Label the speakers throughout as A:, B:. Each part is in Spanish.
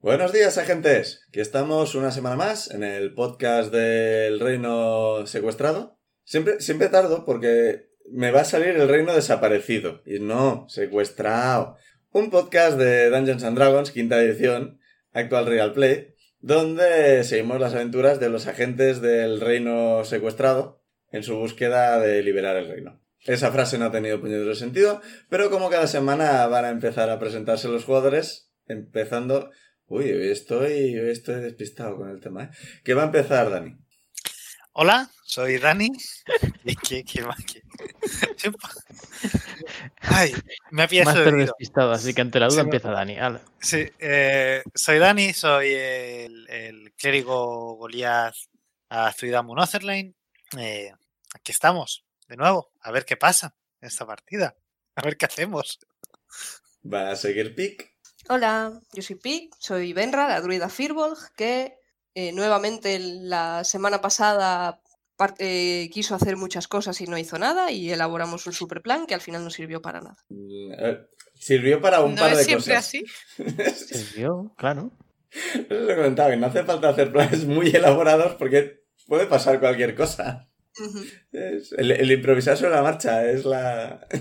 A: Buenos días, agentes. Aquí estamos una semana más en el podcast del reino secuestrado. Siempre, siempre tardo porque me va a salir el reino desaparecido. Y no, secuestrado. Un podcast de Dungeons and Dragons, quinta edición, actual Real Play, donde seguimos las aventuras de los agentes del reino secuestrado en su búsqueda de liberar el reino. Esa frase no ha tenido puñetero sentido, pero como cada semana van a empezar a presentarse los jugadores, empezando Uy, hoy estoy, hoy estoy despistado con el tema. ¿eh? ¿Qué va a empezar, Dani?
B: Hola, soy Dani. ¿Qué, qué, qué, más, qué? Ay, me ha pillado
C: Más
B: sorprendido.
C: despistado, así que ante la duda
B: Sí,
C: empieza Dani. Ala.
B: Sí, eh, soy Dani, soy el, el clérigo Goliath a Zuidamun Otherlane. Eh, aquí estamos, de nuevo, a ver qué pasa en esta partida, a ver qué hacemos.
A: Va a seguir Pic.
D: Hola, yo soy Pic, soy Benra, la druida Firbolg, que eh, nuevamente la semana pasada par- eh, quiso hacer muchas cosas y no hizo nada y elaboramos un superplan que al final no sirvió para nada.
A: Mm, eh, Sirvió para un
E: no
A: par
E: es
A: de
E: siempre
A: cosas.
E: así.
A: Eso
C: Yo, claro.
A: lo he comentado, que no hace falta hacer planes muy elaborados porque puede pasar cualquier cosa.
D: Ujú.
A: Es- el, el improvisar sobre la marcha es la...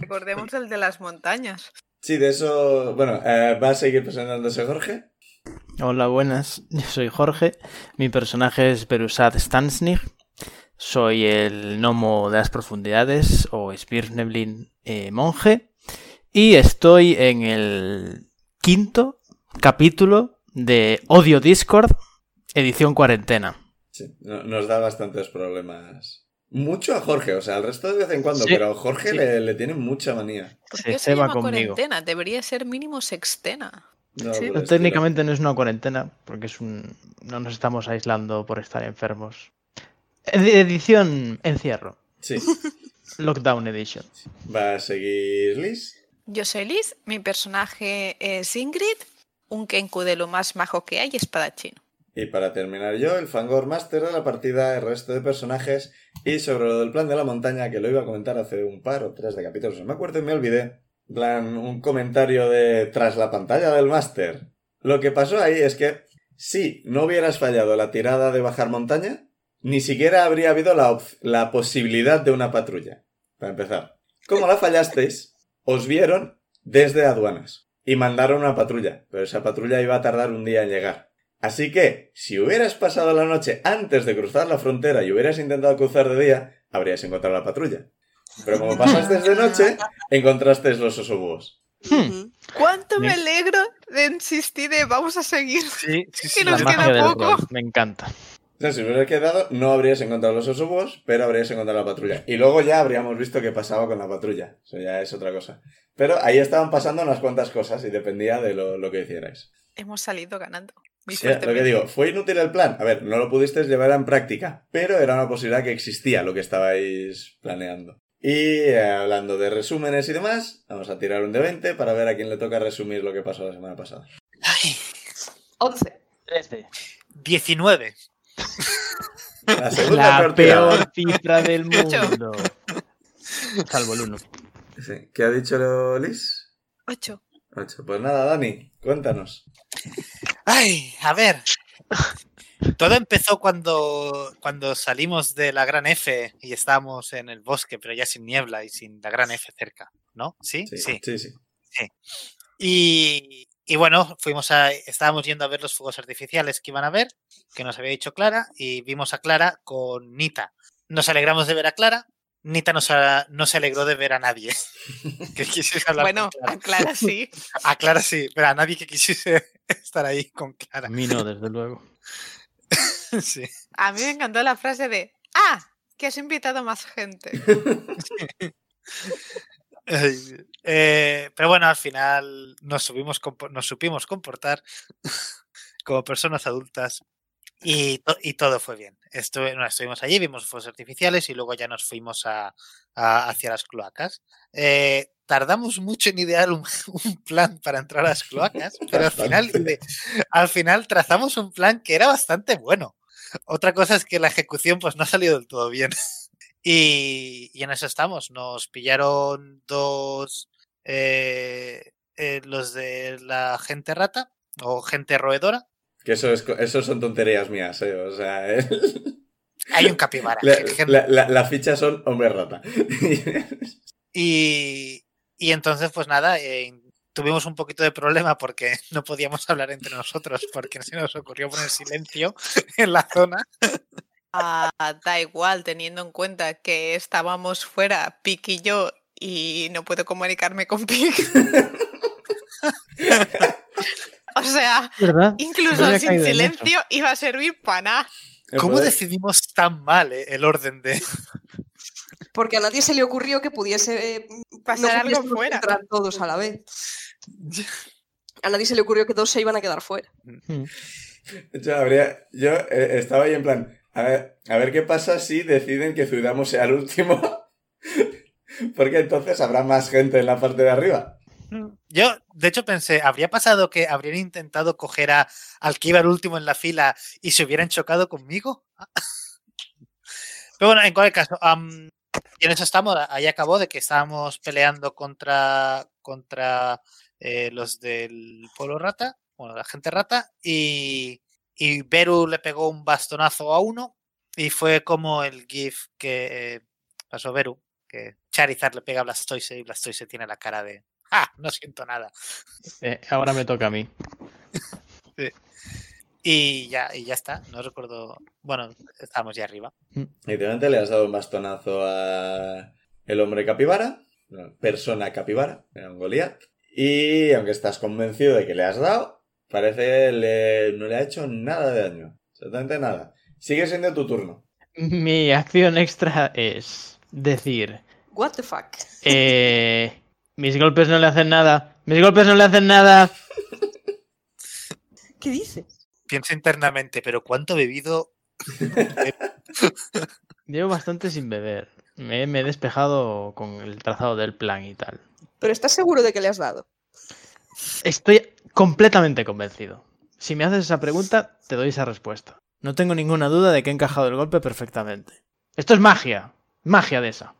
E: Recordemos el de las montañas.
A: Sí, de eso... Bueno, eh, va a seguir presentándose Jorge.
C: Hola, buenas. Yo soy Jorge. Mi personaje es Berusat Stansnig. Soy el gnomo de las profundidades o Svirneblin eh, monje. Y estoy en el quinto capítulo de Odio Discord, edición cuarentena.
A: Sí, no- nos da bastantes problemas. Mucho a Jorge, o sea, al resto de vez en cuando,
C: Sí,
A: pero a Jorge
C: sí.
A: le, le tiene mucha manía.
E: ¿Por
C: Se
E: qué Pues se
C: ceba
E: llama
C: conmigo.
E: cuarentena? Debería ser mínimo sextena.
A: No,
E: Sí.
A: por el
C: Técnicamente no es una cuarentena, porque es un... no nos estamos aislando por estar enfermos. Ed- Edición encierro.
A: estilo. Sí.
C: Lockdown Edition.
A: Va a seguir Liz.
E: Yo soy Liz, mi personaje es Ingrid, un Kenku de lo más majo que hay y espadachín.
A: Y para terminar yo, el Fangor Master de la partida, el resto de personajes y sobre lo del plan de la montaña, que lo iba a comentar hace un par o tres de capítulos, no me acuerdo y me olvidé. En plan, un comentario de tras la pantalla del Master. Lo que pasó ahí es que si no hubieras fallado la tirada de bajar montaña, ni siquiera habría habido la, op- la posibilidad de una patrulla. Para empezar. Como la fallasteis, os vieron desde aduanas y mandaron una patrulla, pero esa patrulla iba a tardar un día en llegar. Así que, si hubieras pasado la noche antes de cruzar la frontera y hubieras intentado cruzar de día, habrías encontrado la patrulla. Pero como pasaste de noche, encontraste los osobúos.
C: Hmm.
D: Ujú.
E: ¿Cuánto
C: me
E: me
C: Bien.
E: alegro de insistir de vamos a seguir?
B: Sí, sí,
E: Que nos
C: La magia
E: queda
C: del
E: poco.
C: rol, Me encanta.
A: O sea, si hubieras quedado, no habrías encontrado los osobúos, pero habrías encontrado la patrulla. Y luego ya habríamos visto qué pasaba con la patrulla. Eso ya es otra cosa. Pero ahí estaban pasando unas cuantas cosas y dependía de lo, lo que hicierais.
E: Hemos salido ganando. Muy
A: O sea, lo que
E: fuertemente.
A: digo, ¿fue inútil el plan? A ver, no lo pudisteis llevar en práctica, pero era una posibilidad que existía lo que estabais planeando. Y eh, hablando de resúmenes y demás, vamos a tirar un de 20 para ver a quién le toca resumir lo que pasó la semana pasada.
B: Ay,
D: 11.
B: 19.
A: La segunda
C: La
A: peor tirada.
C: peor cifra del
E: Ocho.
C: mundo. Salvo el uno.
A: Sí. ¿Qué ha dicho Liz?
E: Ocho.
A: Ocho. Pues nada, Dani, cuéntanos.
B: Ay, a ver. Todo empezó cuando, cuando salimos de la Gran F y estábamos en el bosque, pero ya sin niebla y sin la Gran F cerca, ¿no? sí. sí.
A: sí. sí.
B: Y, y bueno, fuimos a, estábamos yendo a ver los fuegos artificiales que iban a ver, que nos había dicho Clara, y vimos a Clara con Nita. Nos alegramos de ver a Clara, Nita nos a- no se alegró de ver a nadie. que quisiese hablar con
E: Bueno,
B: Clara.
E: aclara sí.
B: a Clara sí, pero a nadie que quisiese estar ahí con Clara.
C: A mí no, desde luego.
B: Sí.
E: A mí me encantó la frase de ¡Ah! Que has invitado más gente.
B: Eh, pero bueno, al final nos, subimos, compo- nos supimos comportar como personas adultas y, to- y todo fue bien. Estuve- no, estuvimos allí, vimos fuegos artificiales y luego ya nos fuimos a- a- hacia las cloacas. Eh, tardamos mucho en idear un, un plan para entrar a las cloacas, pero al final, ide- al final trazamos un plan que era bastante bueno. Otra cosa es que la ejecución pues no ha salido del todo bien. Y, y en eso estamos. Nos pillaron dos, eh, eh, los de la gente rata o gente roedora.
A: Que eso, es, co- eso son tonterías mías, ¿eh? O sea, eh,
B: Hay un capibara.
A: la,
B: gen-
A: la- la- la ficha son hombre rata.
B: Y, y entonces, pues nada, eh, tuvimos un poquito de problema porque no podíamos hablar entre nosotros porque se nos ocurrió poner silencio en la zona.
E: Ah, da igual, teniendo en cuenta que estábamos fuera, Pic y yo, y no puedo comunicarme con Pic. o sea,
C: ¿Verdad?
E: incluso
C: había
E: sin
C: caído en eso.
E: silencio iba a servir para nada.
B: ¿Cómo
A: Joder.
B: decidimos tan mal eh, el orden de,
D: Porque a nadie se le ocurrió que pudiese eh,
E: Pasar algo
D: pudiésemos
E: fuera.
D: entrar todos a la vez. A nadie se le ocurrió que dos se iban a quedar fuera.
C: Mm.
A: Yo, habría, yo eh, estaba ahí en plan, a ver, a ver qué pasa si deciden que Ciudadamos sea el último. Porque entonces habrá más gente en la parte de arriba.
B: Yo, de hecho, pensé, ¿habría pasado que habrían intentado coger a, al que iba el último en la fila y se hubieran chocado conmigo? Pero bueno, en cualquier caso, am, y en eso estamos, a- ahí acabó de que estábamos peleando contra, contra eh, los del pueblo rata, bueno, la gente rata, y, y Beru le pegó un bastonazo a uno y fue como el GIF que eh, pasó Beru, que Charizard le pega a Blastoise y Blastoise tiene la cara de... ¡Ah! No siento nada.
C: Eh, ahora me toca a mí.
B: Y ya, y ya está. No recuerdo. Bueno, estamos ya arriba.
A: Literalmente le has dado un bastonazo a el hombre capibara, no, persona capibara, era un Goliath. Y aunque estás convencido de que le has dado, parece le, no le ha hecho nada de daño. Absolutamente nada. Sigue siendo tu turno.
C: Mi acción extra es decir,
D: What the fuck.
C: eh, mis golpes no le hacen nada, mis golpes no le hacen nada.
D: ¿Qué dice?
B: Pienso internamente, pero ¿cuánto he bebido?
C: Llevo bastante sin beber. Me, me he despejado con el trazado del plan y tal.
D: Pero estás seguro de que le has dado.
C: Estoy completamente convencido. Si me haces esa pregunta, te doy esa respuesta. No tengo ninguna duda de que he encajado el golpe perfectamente. Esto es magia. Magia de esa.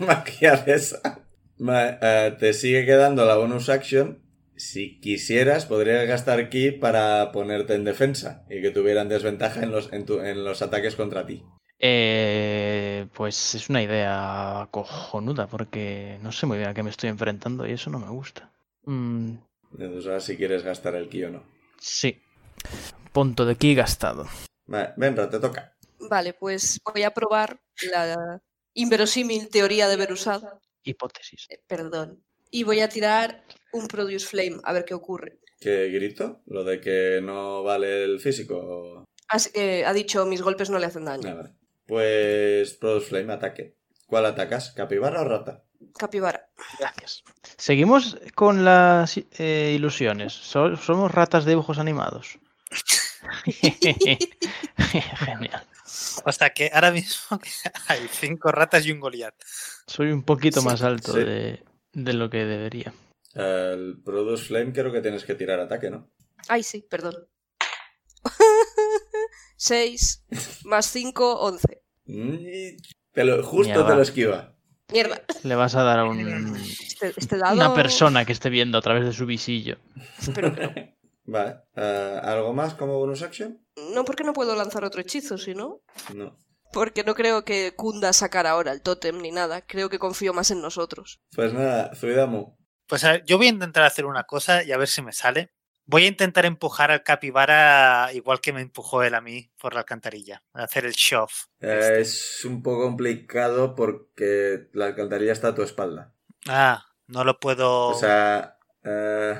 A: Magia de esa. Ma- eh, te sigue quedando la bonus action. Si quisieras, podrías gastar ki para ponerte en defensa y que tuvieran desventaja en los, en tu- en los ataques contra ti.
C: Eh, pues es una idea cojonuda porque no sé muy bien a qué me estoy enfrentando y eso no me gusta. Mm,
A: Entonces, ahora si quieres gastar el ki o no.
C: sí. Punto de ki gastado.
A: Vale, Benra, te toca.
D: Vale, pues voy a probar la inverosímil teoría de Berusad.
C: Hipótesis.
D: Eh, Perdón. Y voy a tirar un Produce Flame, a ver qué ocurre.
A: ¿Qué grito? ¿Lo de que no vale el físico?
D: Así que eh, ha dicho, mis golpes no le hacen daño.
A: Ah, vale. Pues Produce Flame, ataque. ¿Cuál atacas? ¿Capibara o rata?
D: Capibara.
C: Gracias. Seguimos con las eh, ilusiones. So- somos ratas de dibujos animados. Genial.
B: O sea que ahora mismo que hay cinco ratas y un goliat.
C: Soy un poquito más alto
A: sí.
C: de, de lo que debería.
A: El Produce Flame creo que tienes que tirar ataque, ¿no?
D: Ay, sí, perdón. 6 más 5, 11.
A: Mm, Te lo,
C: Ya
A: justo
C: va.
A: te lo esquiva.
D: Mierda.
C: Le vas a dar a un-
D: Este, este dado...
C: una persona que esté viendo a través de su visillo.
D: Espero que no.
A: Vale. eh, ¿Algo más como bonus action?
D: No, porque no puedo lanzar otro hechizo, si no.
A: No.
D: Porque no creo que Kunda sacar ahora el tótem ni nada. Creo que confío más en nosotros.
A: Pues nada, Zuidamu.
B: Pues a ver, yo voy a intentar hacer una cosa y a ver si me sale. Voy a intentar empujar al capibara igual que me empujó él a mí por la alcantarilla. Hacer el shove. este.
A: eh, es un poco complicado porque la alcantarilla está a tu espalda.
B: Ah, no lo puedo.
A: O sea, eh,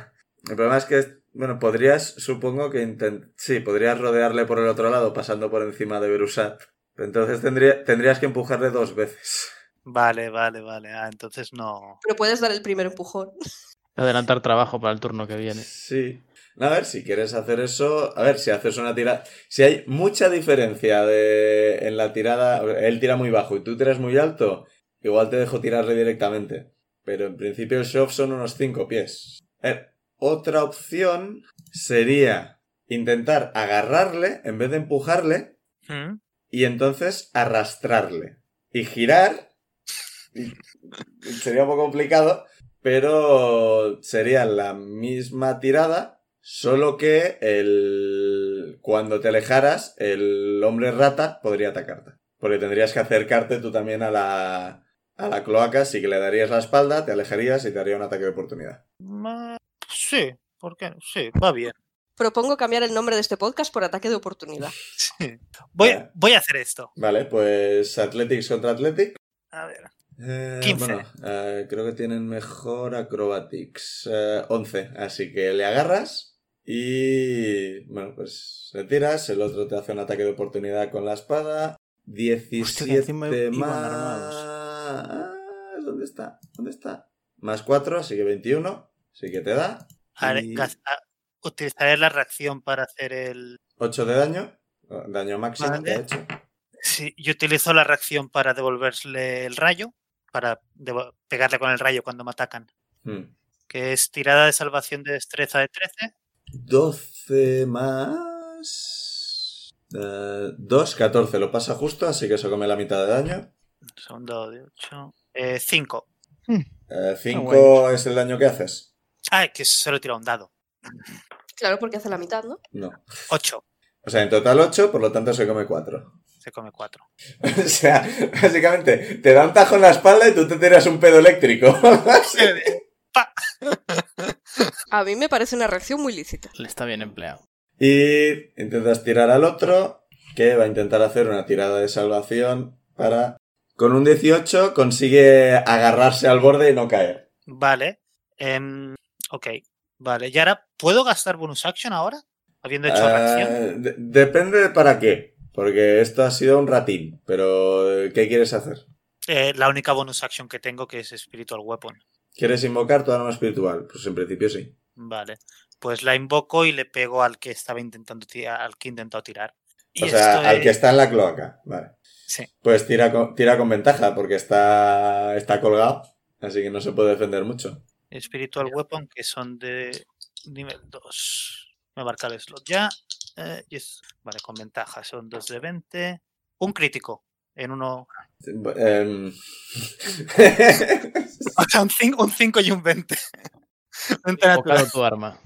A: el problema es que, bueno, podrías, supongo que intent sí, podrías rodearle por el otro lado pasando por encima de Berusat. Entonces tendría, tendrías que empujarle dos veces.
B: Vale, vale, vale. Ah, entonces no.
D: Pero puedes dar el primer empujón.
C: Adelantar trabajo para el turno que viene.
A: Sí. A ver, si quieres hacer eso, a ver si haces una tirada. Si hay mucha diferencia de... en la tirada, él tira muy bajo y tú tiras muy alto, igual te dejo tirarle directamente. Pero en principio el shove son unos 5 pies. Eh, otra opción sería intentar agarrarle en vez de empujarle
B: ¿Mm?
A: y entonces arrastrarle. Y girar. y- y sería un poco complicado, pero sería la misma tirada, solo que el... cuando te alejaras, el hombre rata podría atacarte. Porque tendrías que acercarte tú también a la, a la cloaca, así que le darías la espalda, te alejarías y te haría un ataque de oportunidad.
B: Ma- Mm, Sí, ¿por qué? no? Sí, va bien.
D: Propongo cambiar el nombre de este podcast por ataque de oportunidad.
B: Sí. Voy,
A: Vale.
B: voy a hacer esto.
A: Vale, pues Athletics contra Athletics.
B: A ver.
A: Eh,
B: 15.
A: Bueno, eh, creo que tienen mejor acrobatics. eh, 11. Así que le agarras y. Bueno, pues le tiras. El otro te hace un ataque de oportunidad con la espada. 17
C: encima iban
A: más.
C: armados.
A: Ah, ¿Dónde está? ¿Dónde está? Más 4, así que 21. Así que te da.
B: Haré-
A: Y
B: gas- a- utilizaré la reacción para hacer el.
A: 8 de daño. Daño máximo
B: Vale.
A: que ha hecho.
B: Sí, yo utilizo la reacción para devolverle el rayo, para devo- pegarle con el rayo cuando me atacan.
A: Hmm.
B: Que es tirada de salvación de destreza de 13.
A: 12 más. 2, 14. Lo pasa justo, así que eso come la mitad de daño.
B: Un Segundo de eh, 8. 5.
A: 5
C: bueno.
A: Eh, es el daño que haces.
B: Ah, que solo tira un dado.
D: Claro, porque hace la mitad, ¿no?
A: No.
B: 8.
A: O sea, en total 8, por lo tanto se come 4.
B: Se come 4.
A: o sea, básicamente te da un tajo en la espalda y tú te tiras un pedo eléctrico.
D: A mí me parece una reacción muy lícita.
C: Le está bien empleado.
A: y intentas tirar al otro, que va a intentar hacer una tirada de salvación para. Con un 18 consigue agarrarse al borde y no caer.
B: Vale. em, ok. Vale. ¿Y ahora puedo gastar bonus action ahora? Habiendo hecho reacción.
A: Ah, de- depende de para qué. Porque esto ha sido un ratín. Pero, eh, ¿qué quieres hacer?
B: Eh, la única bonus action que tengo que es Spiritual Weapon.
A: ¿Quieres invocar tu arma espiritual? Pues en principio sí.
B: Vale. Pues la invoco y le pego al que estaba intentando tirar, al que he intentado tirar. Y
A: O sea,
B: esto
A: al que
B: es-
A: está en la cloaca. Vale.
B: Sí.
A: Pues tira con, tira con ventaja, porque está, está colgado. Así que no se puede defender mucho.
B: Spiritual Weapon, que son de nivel 2. Me marca el slot ya. Eh, yes. Vale, con ventaja. Son 2 de 20. Un crítico. En uno.
A: Em,
B: O sea, un 5 y un 20. 20 natural.
C: Enfocado tu arma.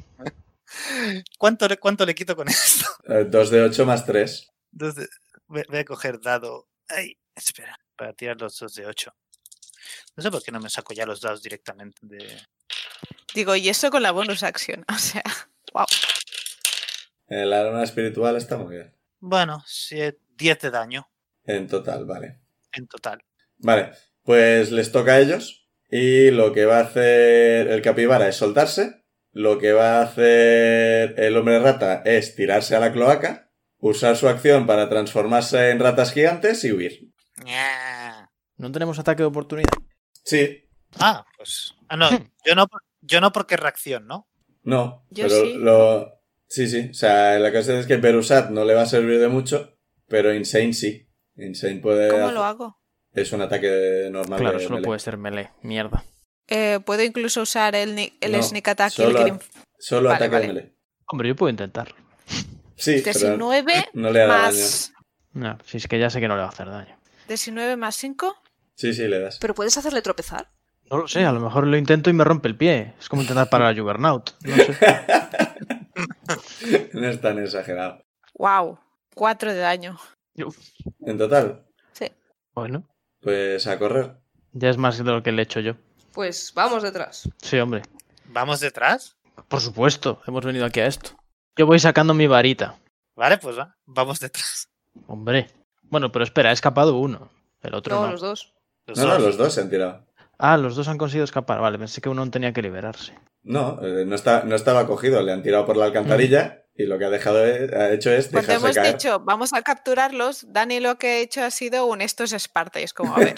B: ¿Cuánto, le- ¿Cuánto le quito con esto?
A: eh, Dos de ocho más tres.
B: Dos de- voy voy a coger dado. Ay, espera. Para tirar los 2 de 8. No sé por qué no me saco ya los dados directamente de.
E: Digo, y eso con la bonus action. O sea, wow.
A: El arma espiritual está muy bien.
B: Bueno, 10 de daño
A: En total, vale.
B: en total.
A: Vale, pues les toca a ellos. Y lo que va a hacer el capibara es soltarse. Lo que va a hacer el hombre rata es tirarse a la cloaca, usar su acción para transformarse en ratas gigantes y huir.
E: Ah.
B: Ña.
C: No tenemos ataque de oportunidad.
A: Sí,
B: Ah, pues. Ah, no,
A: Hmm.
B: yo no, por- yo no porque reacción, ¿no?
A: no.
E: Yo
A: pero
E: sí.
A: lo. Sí, sí. O sea, la cosa es que Perusat no le va a servir de mucho, pero Insane sí. Insane puede.
E: ¿Cómo
A: hacer-
E: lo hago?
A: Es un ataque normal.
C: Claro,
A: de
C: solo
A: melee.
C: puede ser melee. Mierda.
E: Eh, ¿Puedo incluso usar el, ni- el
A: No,
E: sneak attack y el
A: solo-
E: killing f-
A: Solo
E: Vale,
A: ataque de
E: vale.
A: melee.
C: Hombre, yo puedo intentar.
A: Sí, pero
E: 19
A: no le da daño.
E: más.
C: No, si es que ya sé que no le va a hacer daño.
E: 19 más 5.
A: Sí, sí, le das.
D: Pero puedes hacerle tropezar.
C: No lo sé, a lo mejor lo intento y me rompe el pie. Es como intentar parar a Juggernaut. No sé.
A: No es tan exagerado.
E: Wow. 4 de daño.
A: En total,
C: Bueno,
A: pues a correr.
C: ya es más de lo que le he hecho yo.
D: Pues vamos detrás.
C: Sí, hombre.
B: Vamos detrás.
C: Por supuesto, hemos venido aquí a esto. Yo voy sacando mi varita.
B: Vale, pues va, vamos detrás.
C: Hombre. Bueno, pero espera, ha escapado uno. El otro
D: No,
C: no.
D: los dos.
B: Los
A: No, no,
B: dos.
A: los dos se han tirado.
C: Ah, los dos han conseguido escapar. Vale, pensé que uno tenía que liberarse.
A: No, eh, no, está, no estaba cogido, le han tirado por la alcantarilla y lo que ha dejado es- ha hecho es
E: Cuando
A: dejarse
E: Pues hemos
A: caer.
E: dicho vamos a capturarlos, Dani lo que ha hecho ha sido un esto es Esparta. Y es como, a ver,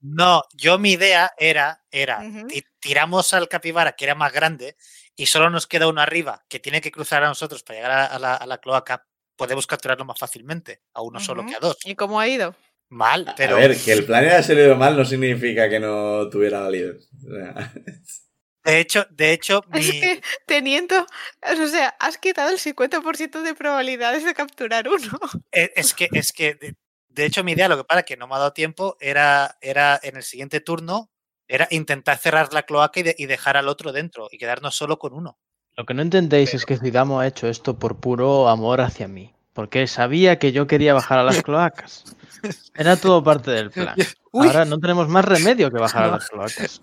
B: No, yo mi idea era, era,
E: Ujú.
B: ti- tiramos al capibara que era más grande y solo nos queda uno arriba que tiene que cruzar a nosotros para llegar a, a la, a la cloaca. Podemos capturarlo más fácilmente, a uno solo
E: Ujú.
B: que a dos.
E: ¿Y cómo ha ido?
B: Mal, pero
A: A ver, que el plan haya salido mal no significa que no tuviera validez. O sea,
B: de hecho, de hecho,
E: Es
B: mi-
E: que, teniendo, o sea, has quitado el 50% de probabilidades de capturar uno.
B: e- es que, es que, de, de hecho, mi idea, lo que para que no me ha dado tiempo, era, era en el siguiente turno, era intentar cerrar la cloaca y, de- y dejar al otro dentro y quedarnos solo con uno.
C: Lo que no entendéis es que Zidamo ha hecho esto por puro amor hacia mí. Porque él sabía que yo quería bajar a las cloacas. Era todo parte del plan.
B: Uy,
C: Ahora no tenemos más remedio que bajar a las cloacas.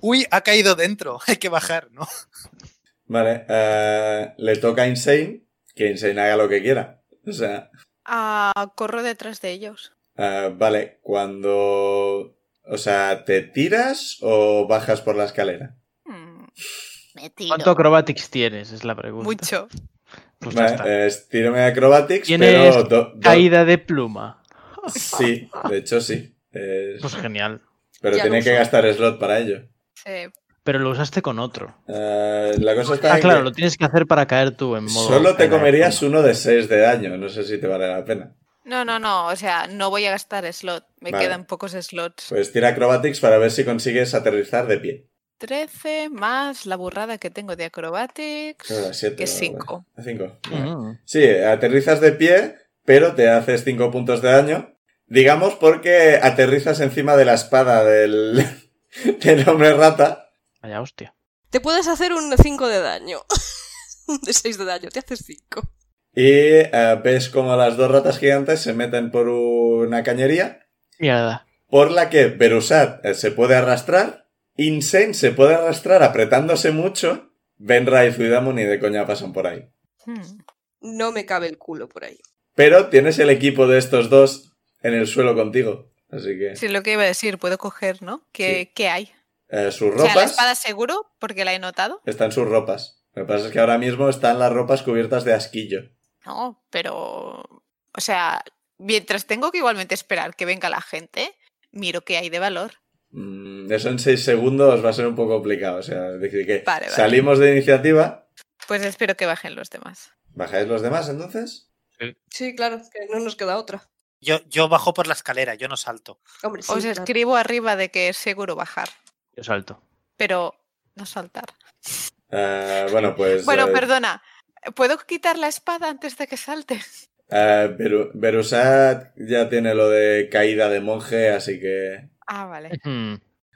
B: uy, ha caído dentro, hay que bajar, ¿no?
A: Vale, eh, le toca a Insane que Insane haga lo que quiera. O sea,
E: Ah, corro detrás de ellos.
A: eh, vale, cuando... O sea, ¿te tiras o bajas por la escalera?
E: Hmm,
F: Me tiro.
C: ¿Cuánto acrobatics tienes? Es la pregunta.
E: mucho.
C: Pues ya
A: Vale,
C: está.
A: eh, es tiro de acrobatics,
C: Tienes
A: pero... do- do-
C: Caída de pluma.
A: Sí, de hecho sí. Eh,
C: Pues genial.
A: pero
E: ya
A: tiene
E: lo
A: que
E: uso.
A: gastar slot para ello.
E: Sí.
C: Pero lo usaste con otro.
A: Eh, la cosa está
C: Ah,
A: en
C: claro,
A: que
C: lo tienes que hacer para caer tú en modo.
A: solo te
C: caída de
A: comerías
C: pluma.
A: uno de 6 de daño. No sé si te vale la pena.
E: No, no, no, o sea, no voy a gastar slot. Me
A: Vale.
E: quedan pocos slots.
A: Pues tira acrobatics para ver si consigues aterrizar de pie.
E: 13 más la burrada que tengo de acrobatics,
A: Creo que era siete,
E: que es
A: ¿no?
E: 5.
A: A 5.
C: Mm.
A: Sí, aterrizas de pie, pero te haces 5 puntos de daño. Digamos porque aterrizas encima de la espada del, del hombre rata.
C: Vaya hostia.
G: Te puedes hacer un 5 de daño. un de 6 de daño, te haces 5.
A: Y eh, ves como las dos ratas gigantes se meten por una cañería.
C: Mierda.
A: por la que Berusat eh, se puede arrastrar, Insane se puede arrastrar apretándose mucho, Benra y Zuidamo ni de coña pasan por ahí.
E: Mm,
G: No me cabe el culo por ahí.
A: Pero tienes el equipo de estos dos en el suelo contigo, así que
E: Sí, lo que iba a decir, puedo coger, ¿no? ¿Qué, qué hay?
A: eh, sus
E: O sea, la
A: ropas
E: espada seguro, porque la he notado.
A: están sus ropas. Lo que pasa es que ahora mismo están las ropas cubiertas de asquillo.
E: No, pero. O sea, mientras tengo que igualmente esperar que venga la gente, miro qué hay de valor.
A: Mm, eso en 6 segundos va a ser un poco complicado, o sea, decir que
E: Vale, vale.
A: salimos de iniciativa,
E: Pues espero que bajen los demás.
A: bajáis los demás entonces.
G: Sí, claro, que no nos queda otra.
B: Yo, yo bajo por la escalera, yo no salto.
G: Hombre, sí.
E: Os
G: claro.
E: escribo arriba de que es seguro bajar,
C: Yo salto.
E: pero no saltar.
A: Eh, bueno, pues...
E: Bueno,
A: eh,
E: perdona. ¿Puedo quitar la espada antes de que salte?
A: Eh, Beru- Berusat ya tiene lo de caída de monje, así que.
E: Ah, vale.
C: Mm.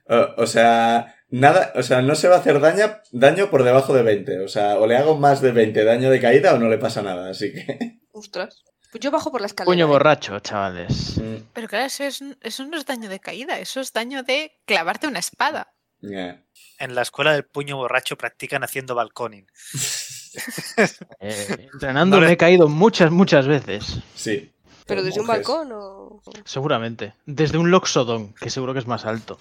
A: O- o sea, nada, o sea, no se va a hacer daño, daño por debajo de 20. O sea, o le hago más de 20 daño de caída o no le pasa nada, así que.
G: Ostras. Pues yo bajo por la escalera.
C: Puño
G: ¿eh?
C: borracho, chavales.
A: mm,
E: Pero claro, eso, es, eso no es daño de caída, eso es daño de clavarte una espada.
A: eh.
B: En la escuela del puño borracho practican haciendo balconing.
C: Eh, entrenando
B: No le-
C: me he caído muchas, muchas veces.
A: Sí.
G: Pero
A: Los
G: desde un
A: monjes.
G: balcón o.
C: Seguramente. Desde un loxodón, que seguro que es más alto.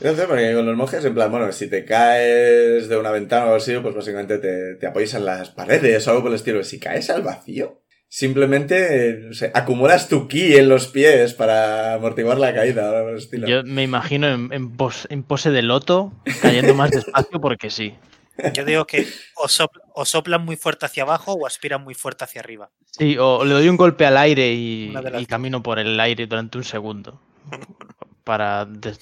A: Yo no sé, porque con los monjes, en plan, bueno, si te caes de una ventana o algo así, pues básicamente te, te apoyas en las paredes o algo por el estilo. Si caes al vacío, simplemente eh, no sé, acumulas tu ki en los pies para amortiguar la caída o algo por el estilo.
C: Yo me imagino en, en pos- en pose de loto, cayendo más despacio porque sí.
B: Yo digo que o, sopl- o soplan muy fuerte hacia abajo o aspiran muy fuerte hacia arriba.
C: Sí, o le doy un golpe al aire y,
B: Una de las
C: y camino por el aire durante un segundo. Para des-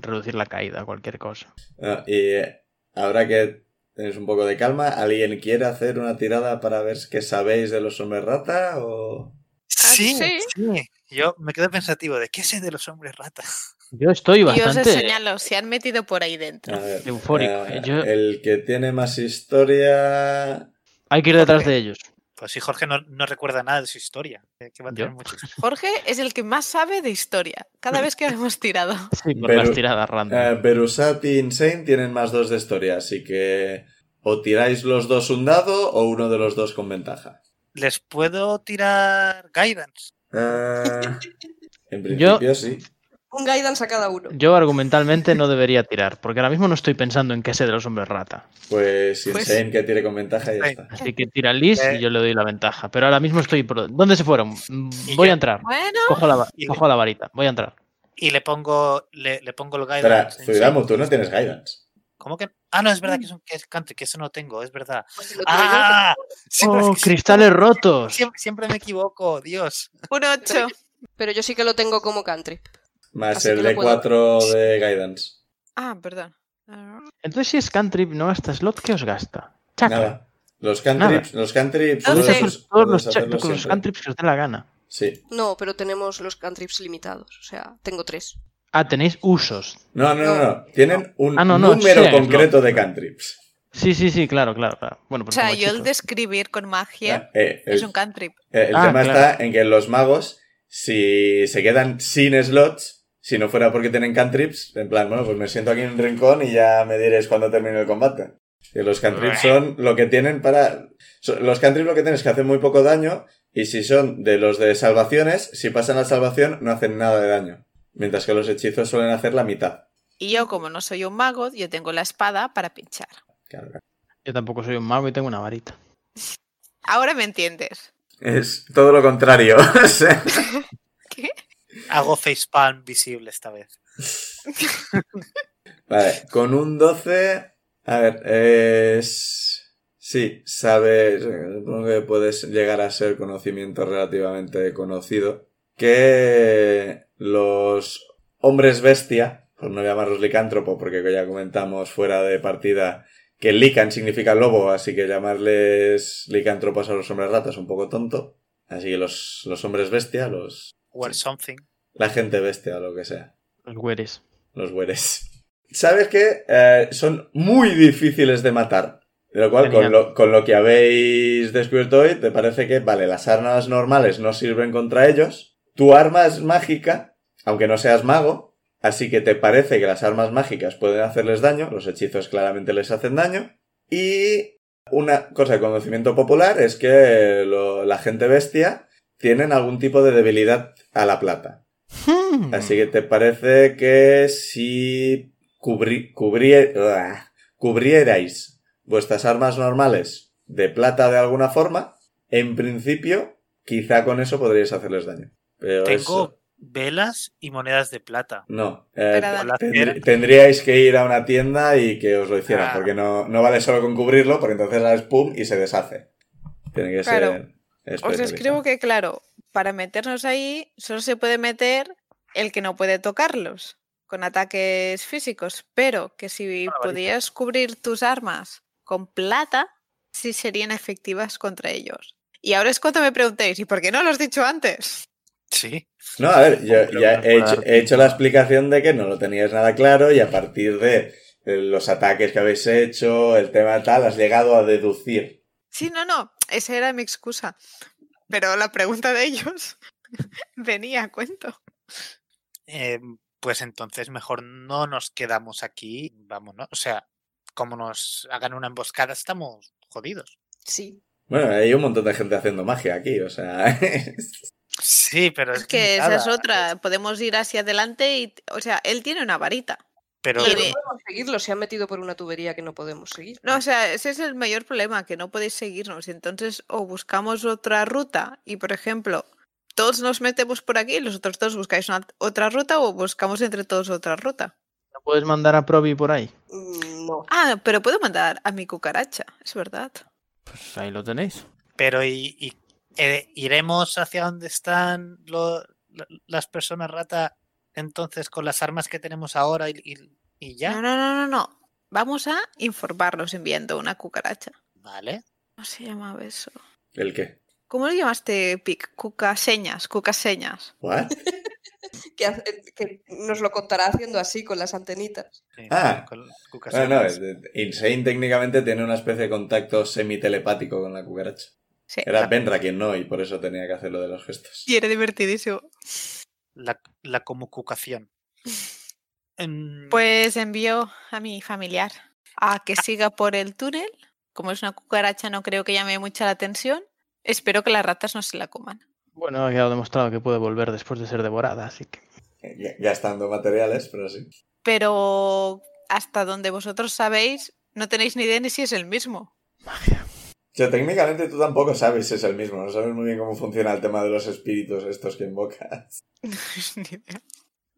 C: reducir la caída, cualquier cosa.
A: Ah, y eh, ahora que tenéis un poco de calma, ¿alguien quiere hacer una tirada para ver qué sabéis de los hombres rata? O...
E: Sí, sí.
B: Yo me quedo pensativo de qué sé de los hombres ratas.
C: Yo estoy
E: Y os
C: bastante
E: señalo, se han metido por ahí dentro.
A: A ver,
C: eufórico.
A: eh,
C: Yo-
A: El que tiene más historia...
C: Hay que ir detrás
B: Jorge.
C: de ellos.
B: Pues si Jorge no, no recuerda nada de su historia, eh, que va a
C: ¿Yo?
B: tener mucho.
E: Jorge es el que más sabe de historia, cada vez que lo hemos tirado.
C: Sí, por
A: Pero-
C: las tiradas random.
A: Eh, Berusat y Insane tienen más dos de historia, así que o tiráis los dos un dado o uno de los dos con ventaja.
B: ¿Les puedo tirar guidance?
A: Eh, en
C: Yo-
A: principio sí.
G: Un guidance a cada
E: Ah.
G: uno.
C: Yo argumentalmente no debería tirar, porque ahora mismo no estoy pensando en qué sé de los hombres rata.
A: Pues
E: Pues-
A: Insane que tire con ventaja y ya
B: Sí.
A: está.
C: Así que tira Liz
B: Eh.
C: y yo le doy la ventaja. Pero ahora mismo estoy... pro- ¿Dónde se fueron? Mm,
B: Y
C: Voy
B: yo-
C: a entrar.
E: Bueno,
C: Cojo la, va-
B: Y-
C: cojo la varita. Voy a entrar.
B: y le pongo, le, le pongo el
A: Espera,
B: guidance. en
A: Zuidamu,
B: sí.
A: tú no tienes guidance.
B: ¿Cómo que? Ah, no, es verdad que es un que es country, que eso no tengo, es verdad.
D: Pues el otro día
B: ¡Ah! Siempre-
C: ¡Oh, cristales rotos!
B: siempre- siempre me equivoco, Dios.
E: Un 8.
G: que- Pero yo sí que lo tengo como country.
A: Más
G: Así que
A: el
G: lo
A: de
G: puedo-
A: 4 de guidance.
E: Ah, perdón.
C: Entonces, si es cantrip, no gasta slot, ¿qué os gasta? Chakra.
A: Nada. Los cantrips, los cantrips,
E: No
C: Podéis
E: sé.
A: puedes-
C: hacer todos
A: puedes
C: los, cha-
A: hacerlos
C: con los
A: siempre.
C: cantrips que os dé la gana.
A: Sí.
G: No, pero tenemos los cantrips limitados. O sea, tengo tres.
C: Ah, tenéis usos.
A: No, no, no, no. Tienen un
C: Ah, no, no,
A: número
C: sí,
A: concreto de cantrips.
C: Sí, sí, sí, claro, claro, claro. Bueno,
E: O
C: pues
E: sea,
C: como
E: yo el
C: hechizos.
E: describir con magia
A: Eh, el
E: es un cantrip.
A: eh, el
C: Ah,
A: tema
C: claro.
A: está en que los magos, si se quedan sin slots, si no fuera porque tienen cantrips, en plan, bueno, pues me siento aquí en un rincón y ya me diréis cuando termine el combate. Que los cantrips son lo que tienen para... so- Los cantrips lo que tienen es que hacen muy poco daño y si son de los de salvaciones, si pasan la salvación no hacen nada de daño. Mientras que los hechizos suelen hacer la mitad.
E: Y yo, como no soy un mago, yo tengo la espada para pinchar.
A: Claro, claro.
C: Yo tampoco soy un mago y tengo una varita.
E: Ahora me entiendes.
A: Es todo lo contrario. o sea.
E: ¿Qué?
B: Hago facepalm visible esta vez.
A: Vale, con un 12. A ver, es. Sí, sabes. Supongo que puedes llegar a ser conocimiento relativamente conocido. Que los hombres bestia, por no llamarlos licántropo, porque ya comentamos fuera de partida que lican significa lobo, así que llamarles licántropos a los hombres ratas es un poco tonto. Así que los, los hombres bestia, los.
B: Or
A: Sí.
B: something.
A: La gente bestia o lo que sea
C: Los güeres.
A: los güeres. Sabes que eh, son muy difíciles de matar. De lo cual, con
C: Genial.
A: lo, con lo que habéis descubierto hoy, te parece que, vale, las armas normales no sirven contra ellos. Tu arma es mágica, aunque no seas mago. Así que te parece que las armas mágicas pueden hacerles daño. Los hechizos claramente les hacen daño. Y una cosa de conocimiento popular es que lo- la gente bestia tienen algún tipo de debilidad a la plata.
C: Hmm.
A: Así que te parece que si cubri- cubrie- ¡Uah! cubrierais vuestras armas normales de plata de alguna forma, en principio, quizá con eso podríais hacerles daño. Pero eso-
B: Tengo velas y monedas de plata.
A: No. eh,
E: Espera,
B: Con la
A: tendr-
B: cera.
A: tendríais que ir a una tienda y que os lo hicieran,
B: Ah.
A: porque no, no vale solo con cubrirlo, porque entonces haces pum y se deshace. Tiene que
E: Claro.
A: ser...
E: Os
A: especializado.
E: escribo que, claro, para meternos ahí solo se puede meter el que no puede tocarlos con ataques físicos, pero que si
B: Una varita.
E: podías cubrir tus armas con plata, sí serían efectivas contra ellos. Y ahora es cuando me preguntéis, ¿y por qué no lo has dicho antes?
B: Sí.
A: No, a ver, yo
C: Pero
A: ya
C: bueno,
A: he
C: para
A: hecho,
C: dar
A: he hecho la explicación de que no lo teníais nada claro y a partir de eh, los ataques que habéis hecho, el tema tal, has llegado a deducir.
E: Sí, no, no, esa era mi excusa. Pero la pregunta de ellos venía a cuento.
B: Eh, pues entonces mejor no nos quedamos aquí. Vámonos. O sea, como nos hagan una emboscada, estamos jodidos.
G: Sí.
A: Bueno, hay un montón de gente haciendo magia aquí, o sea...
B: Sí, pero es,
E: Es que esa es
B: nada,
E: otra, podemos ir hacia adelante y, o sea, él tiene una varita.
B: Pero
E: Y
G: Pero
E: de-
G: no podemos seguirlo. Se han metido por una tubería que no podemos seguir.
E: No, o sea, ese es el mayor problema, que no podéis seguirnos. Entonces, o buscamos otra ruta y, por ejemplo, todos nos metemos por aquí y los otros dos buscáis una- otra ruta o buscamos entre todos otra ruta.
C: ¿No puedes mandar a Probi por ahí?
G: Mm, No.
E: Ah, pero puedo mandar a mi cucaracha, es verdad.
C: Pues ahí lo tenéis.
B: Pero y, y- eh, iremos hacia donde están lo- la- las personas rata entonces con las armas que tenemos ahora y, y- y ya.
E: No, no, no, no, no. Vamos a informarnos enviando una cucaracha.
B: Vale.
E: ¿Cómo se llamaba eso?
A: ¿El qué?
E: ¿Cómo lo llamaste, Pic? Cucaseñas, cucaseñas.
A: ¿What?
G: Que, hace- que nos lo contará haciendo así con las antenitas.
B: Sí,
A: Ah.
B: con las cucas
A: Bueno, no,
B: secas.
A: es- Insane técnicamente tiene una especie de contacto semitelepático con la cucaracha.
E: Sí.
A: Era Benra quien no, y por eso tenía que hacer lo de los gestos.
E: Y era divertidísimo.
B: la, la comucucación. Em,
E: Pues envío a mi familiar a que siga por el túnel. Como es una cucaracha, no creo que llame mucha la atención. Espero que las ratas no se la coman.
C: Bueno, ha quedado demostrado que puede volver después de ser devorada, así que...
A: G- Gastando materiales, pero sí.
E: Pero hasta donde vosotros sabéis, no tenéis ni idea ni si es el mismo.
C: Magia.
A: O sea, técnicamente tú tampoco sabes si es el mismo, no sabes muy bien cómo funciona el tema de los espíritus estos que invocas.
E: Ni idea.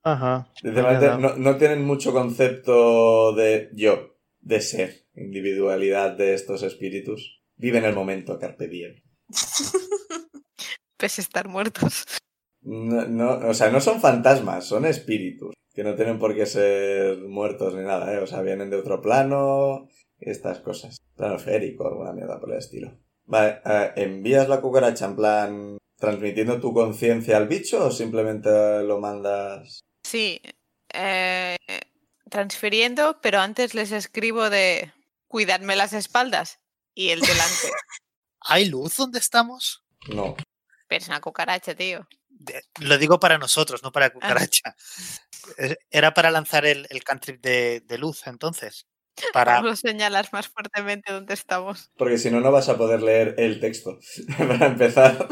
C: Ajá.
A: Sinceramente,
C: Nada.
A: no, no tienen mucho concepto de yo, de ser, individualidad de estos espíritus. Viven el momento, carpe diem.
E: Pese a estar muertos.
A: No, no- o sea, no son fantasmas, son espíritus. Que no tienen por qué ser muertos ni nada, ¿eh? O sea, vienen de otro plano, estas cosas. Plano férico, alguna mierda por el estilo. Vale, eh, ¿envías la cucaracha en plan transmitiendo tu conciencia al bicho o simplemente lo mandas?
E: Sí. eh, transfiriendo, pero antes les escribo de cuidadme las espaldas y el delante.
B: ¿Hay luz donde estamos?
A: No.
E: pero es una cucaracha, tío.
B: De- lo digo para nosotros, no
E: Ah.
B: para cucaracha. Eh, Era para lanzar el, el cantrip de, de luz, entonces. Para,
E: Vamos a señalar más fuertemente dónde estamos.
A: Porque si no, no vas a poder leer el texto. Para empezar.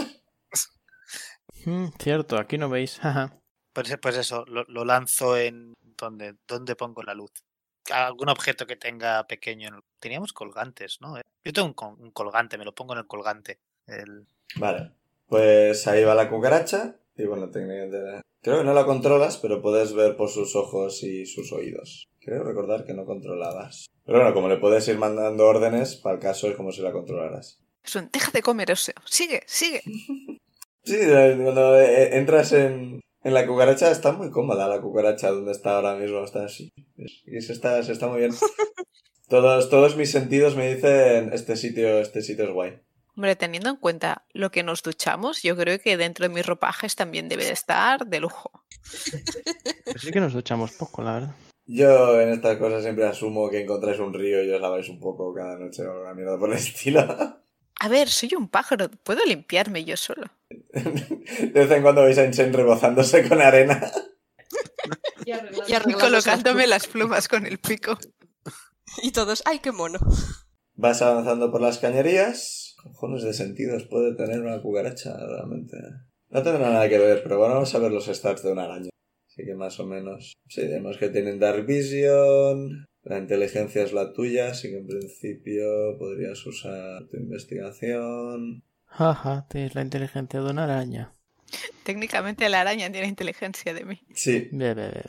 C: Mm, cierto, aquí no veis. Ajá.
B: pues, pues eso, lo, lo lanzo en donde, donde pongo la luz. Algún objeto que tenga pequeño. en el- Teníamos colgantes, ¿no? Eh, Yo tengo un, col- un colgante, me lo pongo en el colgante. El-
A: Vale. Pues ahí va la cucaracha. Y bueno, técnicamente. Creo que no la controlas, pero puedes ver por sus ojos y sus oídos. Creo recordar que no controlabas. Pero bueno, como le puedes ir mandando órdenes, para el caso es como si la controlaras.
E: Es un deja de comer óseo. Sigue, sigue.
A: Sí, eh, cuando eh, entras en, en la cucaracha, está muy cómoda la cucaracha donde está ahora mismo. Está así. Y se está, se está muy bien. Todos, todos mis sentidos me dicen este sitio, este sitio es guay.
E: Hombre, teniendo en cuenta lo que nos duchamos, yo creo que dentro de mis ropajes también debe de estar de lujo.
C: Pues sí que nos duchamos poco, la verdad.
A: Yo en estas cosas siempre asumo que encontráis un río y os laváis un poco cada noche o alguna mierda por el estilo.
E: A ver, soy un pájaro, puedo limpiarme yo solo.
A: De vez en cuando veis a Enchen rebozándose con arena.
G: Y
E: Y
G: arreglando
E: colocándome las plumas con el pico.
G: Y todos, ¡ay, qué mono!
A: Vas avanzando por las cañerías. Cojones de sentidos puede tener una cucaracha, realmente. No tendrá nada que ver, pero bueno, vamos a ver los stats de una araña. Así que más o menos. Sí, vemos que tienen Dark Vision. La inteligencia es la tuya, así que en principio podrías usar tu investigación.
C: Ajá, tienes la inteligencia de una araña.
E: Técnicamente la araña tiene inteligencia de mí.
A: Sí,
C: Ve, ve, ve.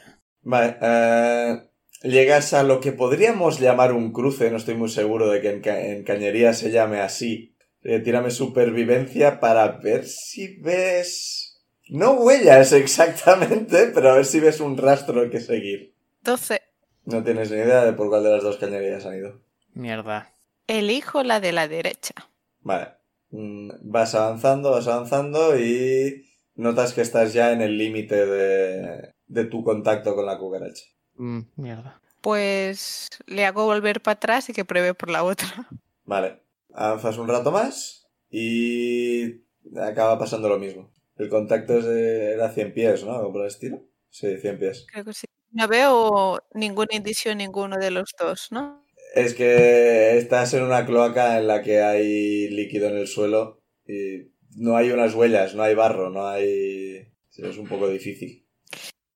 A: Vale, eh, llegas a lo que podríamos llamar un cruce, no estoy muy seguro de que en, Ca- en Cañería se llame así. Eh, tírame supervivencia para ver si ves... No huellas exactamente, pero a ver si ves un rastro que seguir.
E: 12.
A: No tienes ni idea de por cuál de las dos cañerías han ido.
C: Mierda.
E: Elijo la de la derecha.
A: Vale. Mm, Vas avanzando, vas avanzando y notas que estás ya en el límite de, de tu contacto con la cucaracha.
C: Mm, mierda.
E: Pues le hago volver para atrás y que pruebe por la otra.
A: Vale. Avanzas un rato más y acaba pasando lo mismo. El contacto es de- era 100 pies, ¿no? Algo por el estilo. Sí, 100 pies.
E: Creo que sí. No veo ningún indicio en ninguno de los dos, ¿no?
A: Es que estás en una cloaca en la que hay líquido en el suelo y no hay unas huellas, no hay barro, no hay... sí, Es un poco difícil.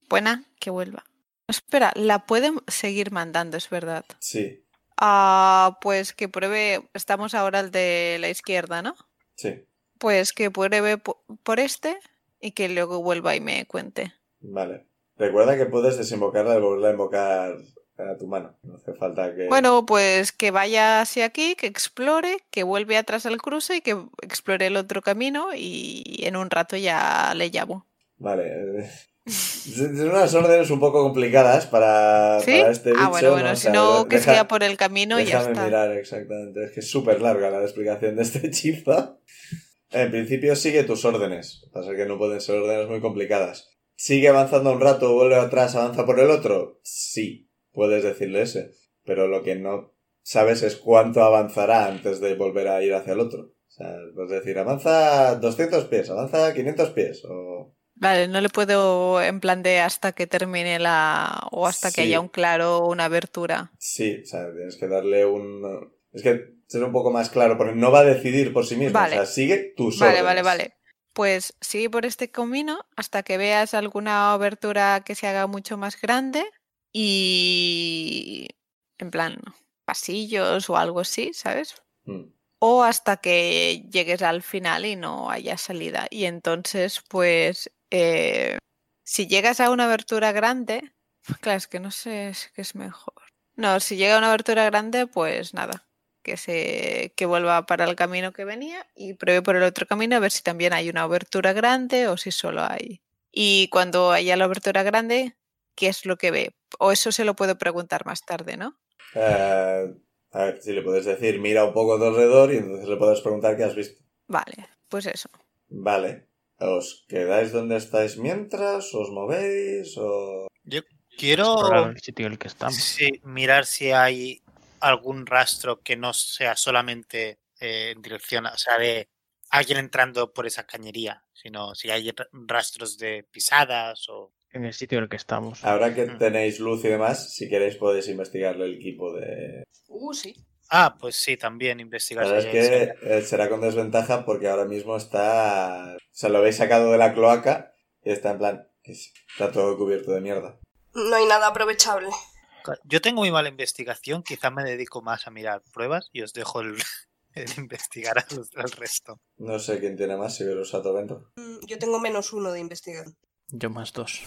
E: Buena, que vuelva. Espera, la pueden seguir mandando, es verdad.
A: Sí,
E: Ah, pues que pruebe. Estamos ahora al de la izquierda, ¿no?
A: sí.
E: Pues que pruebe po- por este y que luego vuelva y me cuente.
A: Vale. Recuerda que puedes desembocarla y volverla a invocar a tu mano. No hace falta que...
E: Bueno, pues que vaya hacia aquí, que explore, que vuelve atrás al cruce y que explore el otro camino y en un rato ya le llamo.
A: Vale. eh, Son unas órdenes un poco complicadas para,
E: ¿Sí?
A: para este bicho.
E: ah, bueno, bueno,
A: O
E: si
A: sea,
E: no,
A: de-
E: que
A: deja-
E: siga por el camino y ya
A: Déjame
E: está.
A: mirar exactamente. Es que es súper larga la explicación de este hechizo. En principio sigue tus órdenes. Lo que Pasa es que no pueden ser órdenes muy complicadas. Sigue avanzando un rato, vuelve atrás, avanza por el otro. Sí, puedes decirle ese. Pero lo que no sabes es cuánto avanzará antes de volver a ir hacia el otro. O sea, puedes decir, avanza 200 pies, avanza 500 pies. O
E: Vale, no le puedo en plan de hasta que termine la o hasta que
A: Sí.
E: haya un claro o una abertura.
A: Sí, o sea, tienes que darle un... Es que ser un poco más claro, porque no va a decidir por sí mismo.
E: Vale.
A: O sea, sigue tus
E: Vale, vale,
A: órdenes.
E: vale. Pues sigue por este camino hasta que veas alguna abertura que se haga mucho más grande y en plan pasillos o algo así, ¿sabes?
A: Mm,
E: O hasta que llegues al final y no haya salida. Y entonces, pues, eh, Si llegas a una abertura grande, claro, es que no sé si qué es mejor. No, si llega a una abertura grande, pues nada, que se que vuelva para el camino que venía y pruebe por el otro camino a ver si también hay una abertura grande o si solo hay. Y cuando haya la abertura grande, ¿qué es lo que ve? O eso se lo puedo preguntar más tarde, ¿no?
A: Eh, a ver, si le puedes decir, mira un poco a tu alrededor y entonces le puedes preguntar qué has visto.
E: Vale, pues eso.
A: Vale. ¿Os quedáis donde estáis mientras? ¿Os movéis? ¿O
B: Quiero
C: Explorar el sitio en el que estamos.
B: sí, mirar si hay algún rastro que no sea solamente eh, en dirección, a- o sea, de alguien entrando por esa cañería, sino si hay ra- rastros de pisadas o...
C: En el sitio en el que estamos.
A: ahora
E: Mm.
A: que tenéis luz y demás, si queréis podéis investigarle el equipo de...
G: Uh, sí.
B: Ah, pues sí, también investigar.
A: La
B: si
A: verdad
B: hay-
A: es que eh, será con desventaja porque ahora mismo está... O sea, lo habéis sacado de la cloaca y está en plan... que sí, Está todo cubierto de mierda.
G: No hay nada aprovechable.
B: Yo tengo muy mala investigación, quizá me dedico más a mirar pruebas y os dejo el, el investigar a los- al resto.
A: No sé quién tiene más, si Verosato dentro.
G: Mm, Yo tengo menos uno de investigación.
C: Yo más dos.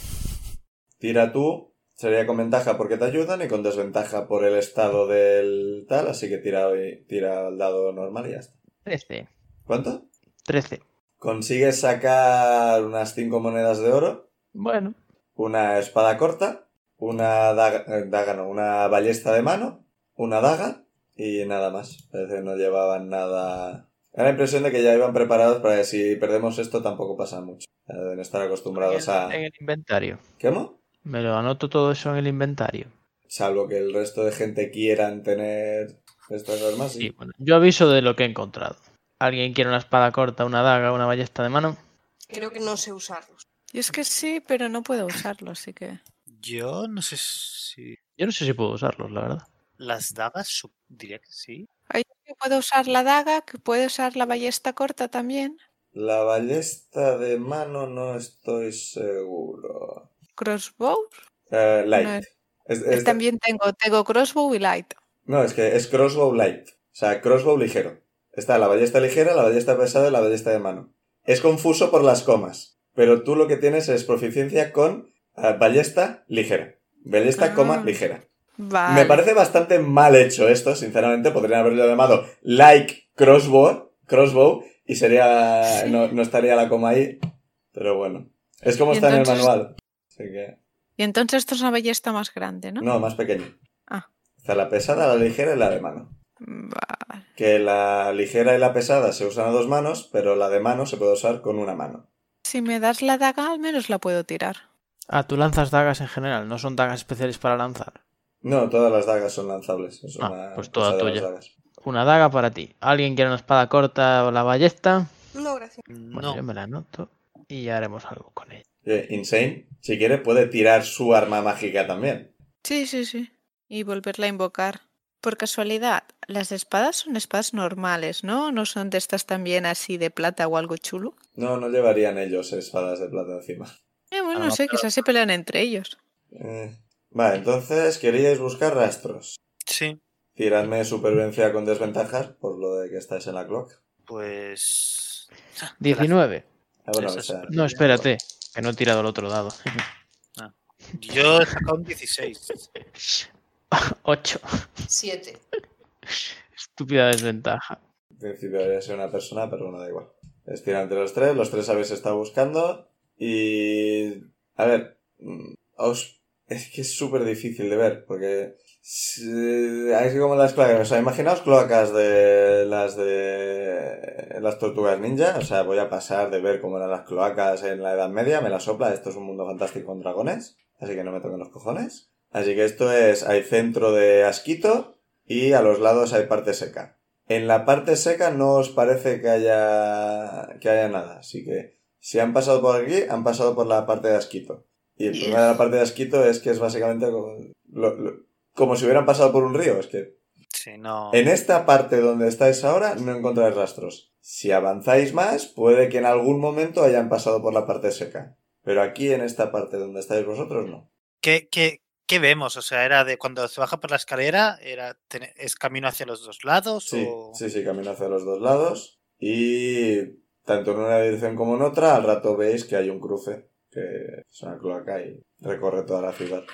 A: Tira tú, sería con ventaja porque te ayudan y con desventaja por el estado del tal, así que tira, tira al dado normal y ya está.
C: Trece.
A: ¿Cuánto?
C: Trece.
A: Consigues sacar unas 5 monedas de oro,
C: Bueno.
A: una espada corta, una daga, eh, daga no, una ballesta de mano, una daga y nada más. Parece que no llevaban nada. Da la impresión de que ya iban preparados para que si perdemos esto tampoco pasa mucho. Ya Deben estar acostumbrados a.
C: En el inventario.
A: ¿Cómo?
C: Me lo anoto todo eso en el inventario.
A: Salvo que el resto de gente quieran tener estas armas.
C: Sí,
A: Sí.
C: bueno. Yo aviso de lo que he encontrado. ¿Alguien quiere una espada corta, una daga, una ballesta de mano?
G: Creo que no sé usarlos.
E: Yo es que sí, pero no puedo usarlo, así que.
B: Yo no sé si
C: Yo no sé si puedo usarlos, la verdad.
B: las dagas, sup- diría que sí.
E: Ay, que puedo usar la daga, que puedo usar la ballesta corta también.
A: La ballesta de mano no estoy seguro.
E: Crossbow.
A: Eh, light.
E: No,
A: Es-
E: eh,
A: es-
E: También tengo, tengo crossbow y light.
A: No, es que es crossbow light. O sea, crossbow ligero. Está la ballesta ligera, la ballesta pesada y la ballesta de mano. Es confuso por las comas. Pero tú lo que tienes es proficiencia con eh, ballesta ligera. Ballesta,
E: Ah.
A: coma, ligera.
E: Vale.
A: Me parece bastante mal hecho esto, sinceramente. Podrían haberlo llamado like crossbow, crossbow y sería no, no estaría la coma ahí. Pero bueno, es como
E: Y
A: está en el
E: entonces-
A: manual. Así que
E: Y entonces esto es una ballesta más grande, ¿no?
A: no, más pequeño.
E: Ah.
A: Está la pesada, la ligera y la de mano.
E: Vale.
A: Que la ligera y la pesada se usan a dos manos, pero la de mano se puede usar con una mano.
E: Si me das la daga, al menos la puedo tirar.
C: Ah, tú lanzas dagas en general, no son dagas especiales para lanzar.
A: No, todas las dagas son lanzables. Es
C: Ah,
A: una
C: pues toda
A: cosa de las
C: tuya.
A: dagas.
C: Una daga para ti. ¿Alguien quiere una espada corta o la ballesta?
G: No, gracias.
C: Bueno,
B: No,
C: yo me la anoto y ya haremos algo con ella.
A: Eh, Insane, si quiere, puede tirar su arma mágica también.
E: Sí, sí, sí. Y volverla a invocar. Por casualidad, las espadas son espadas normales, ¿no? No son de estas también así de plata o algo chulo.
A: No, no llevarían ellos espadas de plata encima.
E: Eh, bueno,
B: lo
E: no sé, quizás se pelean entre ellos.
A: Eh, Vale, entonces queríais buscar rastros.
B: sí,
A: Tiradme de supervivencia con desventajas por lo de que estáis en la clock.
B: pues...
C: 19.
A: Ah, bueno,
B: Eso
A: o sea,
B: es.
C: No, espérate, que no he tirado el otro dado.
B: Yo he sacado un 16.
C: 8.
G: Siete.
C: Estúpida desventaja.
A: en principio debería ser una persona, pero bueno, da igual. Es tirar entre los tres, los tres habéis estado buscando y... A ver, mm, os... es que es súper difícil de ver, porque... si- Hay que como las cloacas, o sea, imaginaos cloacas de las de las tortugas ninja, o sea, voy a pasar de ver cómo eran las cloacas en la Edad Media, me la sopla, esto es un mundo fantástico con dragones, así que no me toquen los cojones. Así que esto es, hay centro de asquito y a los lados hay parte seca. En la parte seca no os parece que haya, que haya nada, así que si han pasado por aquí, han pasado por la parte de Asquito. Y el
E: Yes.
A: problema de la parte de Asquito es que es básicamente como, lo- lo- como si hubieran pasado por un río. Es que
B: Sí, no...
A: en esta parte donde estáis ahora no encontráis rastros. Si avanzáis más, puede que en algún momento hayan pasado por la parte seca. Pero aquí en esta parte donde estáis vosotros no.
B: ¿Qué, qué, qué vemos? O sea, era de cuando se baja por la escalera, era ten- ¿es camino hacia los dos lados?
A: Sí,
B: o...
A: sí, sí, camino hacia los dos lados. Y tanto en una dirección como en otra, al rato veis que hay un cruce. que es una cloaca y recorre toda la ciudad.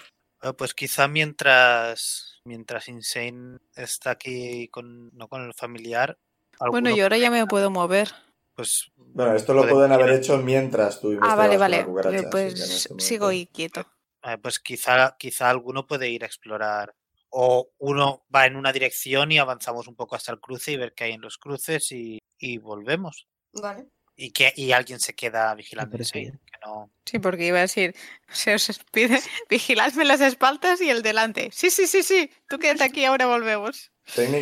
B: Ah, Pues quizá mientras, mientras Insane está aquí con, no con el familiar.
E: Bueno,
B: alguno-
E: yo ahora ya me puedo mover.
B: Pues
A: Bueno, esto lo
B: Pueden-
A: pueden haber hecho mientras tú
E: Ah,
A: investigabas
E: vale,
A: con
E: vale.
A: la cucaracha, así que en
E: Pues
A: este momento-
E: sigo ahí quieto.
B: Ah, pues quizá, quizá alguno puede ir a explorar. O uno va en una dirección y avanzamos un poco hasta el cruce y ver qué hay en los cruces y, y volvemos.
G: Vale.
B: Y que y alguien se queda vigilando.
C: parece
B: sí,
C: bien.
B: que no.
E: Sí, porque iba a decir, se os pide vigiladme las espaldas y el delante. Sí, sí, sí, sí. Tú quédate aquí, ahora volvemos.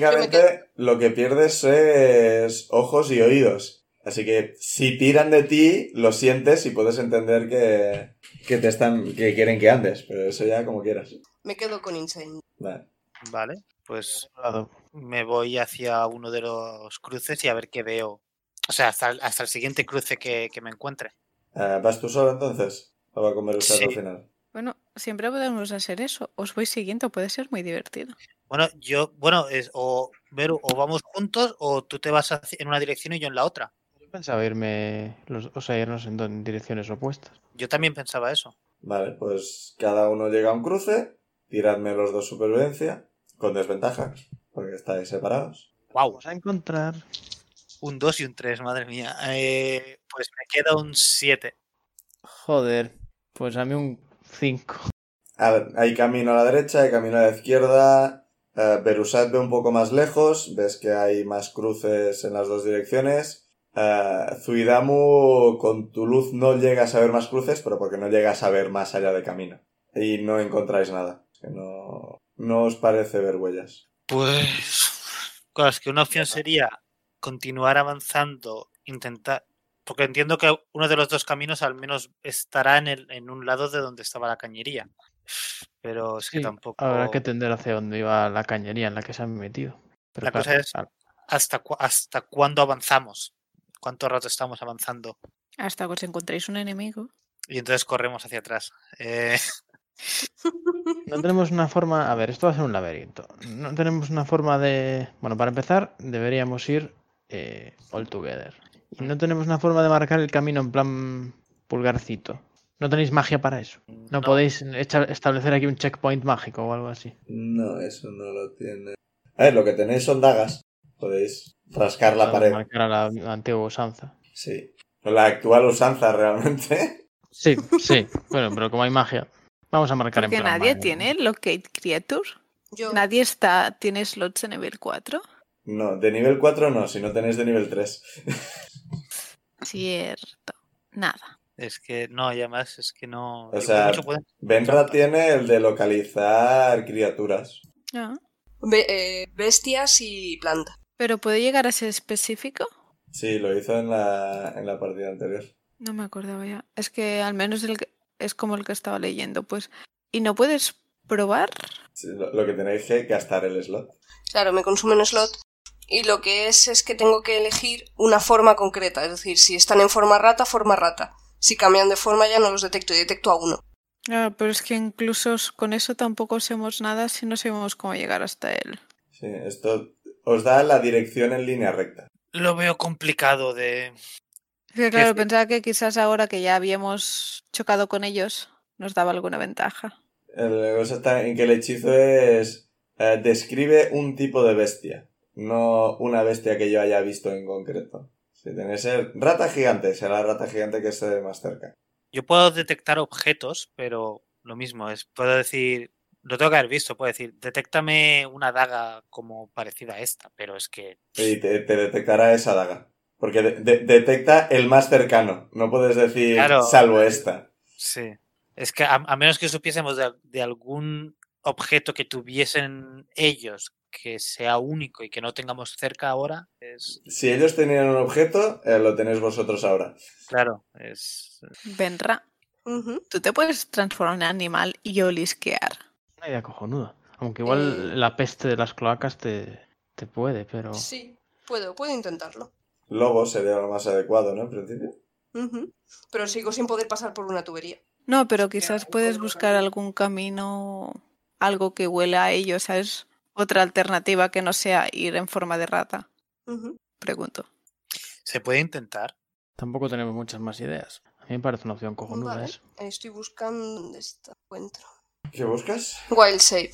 A: Técnicamente, lo que pierdes es ojos y oídos. Así que si tiran de ti, lo sientes y puedes entender que, que te están, que quieren que andes. Pero eso ya como quieras.
G: Me quedo con Insane.
A: Vale.
B: Vale, pues me voy hacia uno de los cruces y a ver qué veo. O sea, hasta, el- hasta el siguiente cruce que, que me encuentre.
A: Ah, ¿Vas tú solo entonces? ¿O va a comer el
B: Sí.
A: al final?
E: Bueno, siempre podemos hacer eso. Os voy siguiendo, puede ser muy divertido.
B: Bueno, yo, bueno, es, o Veru, o vamos juntos o tú te vas hacia- en una dirección y yo en la otra.
C: Yo pensaba irme, los, o sea, irnos en, do- en direcciones opuestas.
B: Yo también pensaba eso.
A: Vale, pues cada uno llega a un cruce. Tiradme los dos supervivencia. Con desventaja, porque estáis separados.
B: Wow,
C: Vamos a encontrar.
B: un 2 y un 3, madre mía. Eh, pues me queda un 7.
C: Joder, pues a mí un 5.
A: A ver, hay camino a la derecha, hay camino a la izquierda. eh, Berusat ve un poco más lejos, ves que hay más cruces en las dos direcciones. Eh, Zuidamu, con tu luz no llegas a ver más cruces, pero porque no llegas a ver más allá de camino. Y no encontráis nada. Es que no, no os parece ver huellas.
B: Pues. Claro, es que una opción sería continuar avanzando, intentar. Porque entiendo que uno de los dos caminos al menos estará en, el, en un lado de donde estaba la cañería. Pero es que
C: Sí,
B: tampoco.
C: Habrá que tender hacia donde iba la cañería en la que se han metido. Pero
B: La cosa
C: claro,
B: es-
C: al-
B: ¿Hasta, cu- ¿Hasta cuándo avanzamos? ¿Cuánto rato estamos avanzando?
E: Hasta que os encontréis un enemigo.
B: Y entonces corremos hacia atrás. Eh,
C: No tenemos una forma. A ver, esto va a ser un laberinto. No tenemos una forma de. Bueno, para empezar, deberíamos ir eh, all together. Y no tenemos una forma de marcar el camino en plan pulgarcito. No tenéis magia para eso. No, podéis echa- establecer aquí un checkpoint mágico o algo así.
A: No, eso no lo tiene. A ver, lo que tenéis son dagas. Podéis rascar la
C: Para
A: pared.
C: Marcar a la antigua usanza.
A: Sí. La actual usanza realmente.
C: Sí, sí. Bueno, pero como hay magia, vamos a marcar en
E: Porque
C: plan
E: nadie
C: magia.
E: tiene Locate Creature.
G: Yo.
E: Nadie está, tiene slots en nivel 4.
A: No, de nivel 4 no, si no tenéis de nivel 3.
E: Cierto. Nada.
B: Es que no, y además es que no.
A: O
B: igual
A: sea,
B: mucho pueden-
A: Benra tiene el de localizar criaturas.
E: Ah,
G: Be- eh, bestias y planta.
E: ¿Pero puede llegar a ser específico?
A: Sí, lo hizo en la, en la partida anterior.
E: No me acordaba ya. Es que al menos el que- es como el que estaba leyendo, pues. ¿Y no puedes probar?
A: Sí, lo, lo que tenéis que gastar el slot.
G: Claro, me consume un slot. Y lo que es es que tengo que elegir una forma concreta. Es decir, si están en forma rata, forma rata. Si cambian de forma ya no los detecto, y detecto a uno.
E: Claro, Ah, pero es que incluso s- con eso tampoco hacemos nada si no sabemos cómo llegar hasta él.
A: Sí, esto os da la dirección en línea recta.
B: Lo veo complicado de.
E: Es que, claro,
B: sí.
E: pensaba que quizás ahora que ya habíamos chocado con ellos, nos daba alguna ventaja.
A: El- La cosa está en que el hechizo es... eh, describe un tipo de bestia, no una bestia que yo haya visto en concreto. Si tenéis el rata gigante, será la rata gigante que esté más cerca.
B: Yo puedo detectar objetos, pero lo mismo, es puedo decir, lo tengo que haber visto, puedo decir, detéctame una daga como parecida a esta, pero es que
A: Y te, te detectará esa daga. Porque de- de- detecta el más cercano. No puedes decir
B: Claro.
A: salvo esta.
B: sí, es que a, a menos que supiésemos de, al- de algún objeto que tuviesen ellos que sea único y que no tengamos cerca ahora, es
A: Si ellos tenían un objeto, eh, lo tenéis vosotros ahora.
B: claro, es
E: Benra,
G: Ujú.
E: tú te puedes transformar en animal y olisquear.
C: Una idea cojonuda. Aunque igual
G: Eh.
C: la peste de las cloacas te, te puede, pero.
G: Sí, puedo, puedo intentarlo.
A: Lobo sería lo más adecuado, ¿no? En principio.
G: Ujú. Pero sigo sin poder pasar por una tubería.
E: No, pero
G: Hostia,
E: quizás
G: ahí
E: puedes
G: podemos
E: buscar
G: hacer-
E: algún camino, algo que huela a ello, ¿sabes? Otra alternativa que no sea ir en forma de rata,
G: Ujú.
E: pregunto.
B: se puede intentar.
C: Tampoco tenemos muchas más ideas. A A mí me parece una opción cojonuda ¿eh?
G: Vale.
C: eso.
G: Estoy buscando dónde está. Encuentro.
A: ¿Qué buscas?
G: Wild Shape.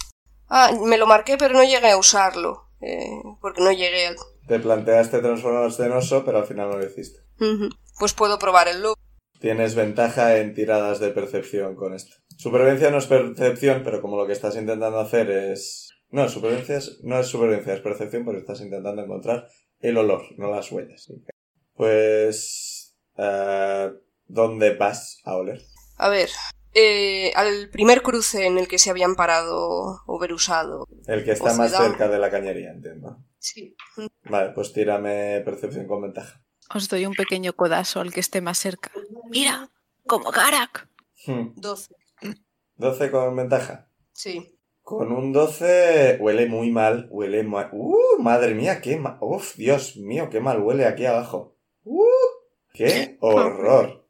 G: Ah, me lo marqué, pero no llegué a usarlo. eh, porque no llegué al.
A: Te planteaste transformarse en oso, pero al final no lo hiciste.
G: Ujú. Pues puedo probar el lobo.
A: Tienes ventaja en tiradas de percepción con esto. Supervivencia no es percepción, pero como lo que estás intentando hacer es... No, supervivencia es- no es supervivencia, es percepción porque estás intentando encontrar el olor, no las huellas. Pues... eh, ¿Dónde vas a oler?
G: A ver. eh, al primer cruce en el que se habían parado o verusado.
A: El que está más
G: Ocidad.
A: cerca de la cañería, entiendo.
G: Sí.
A: Vale, pues tírame percepción con ventaja.
E: Os doy un pequeño codazo al que esté más cerca. Mira, como Garak.
A: Hmm,
G: 12.
A: 12 con ventaja.
G: Sí.
A: Con un 12 huele muy mal, huele mal. ¡Uh! Madre mía, qué mal. ¡Uf! Dios mío, qué mal huele aquí abajo. ¡Uh! ¡Qué horror!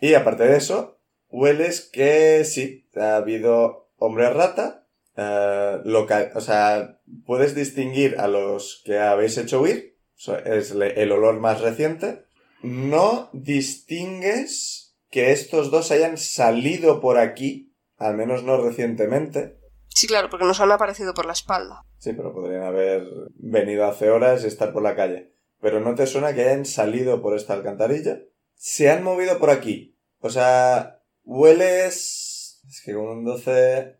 A: Y aparte de eso, hueles que sí, ha habido hombre rata. eh, loca- o sea, puedes distinguir a los que habéis hecho huir. so- Es le- el olor más reciente. No distingues que estos dos hayan salido por aquí, al menos no recientemente.
G: Sí, claro, porque nos han aparecido por la espalda.
A: Sí, pero podrían haber venido hace horas y estar por la calle. Pero no te suena que hayan salido por esta alcantarilla. Se han movido por aquí. O sea, hueles... Es que con un 12...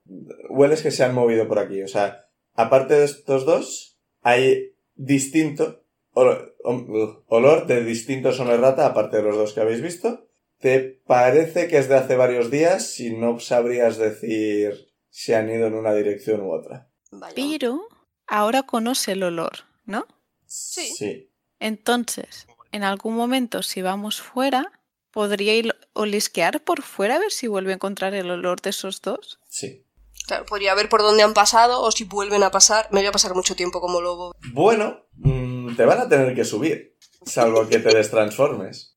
A: Hueles que se han movido por aquí. O sea, aparte de estos dos, hay distinto... Olor, om- olor de distintos olor rata, aparte de los dos que habéis visto. ¿Te parece que es de hace varios días y no sabrías decir si han ido en una dirección u otra?
G: Vaya.
E: Pero ahora conoce el olor, ¿no?
G: Sí.
E: Entonces, en algún momento, si vamos fuera, podría ir olisquear por fuera a ver si vuelve a encontrar el olor de esos dos.
A: sí.
G: Claro, podría ver por dónde han pasado o si vuelven a pasar. Me voy a pasar mucho tiempo como lobo.
A: Bueno, mm, te van a tener que subir, salvo que te destransformes.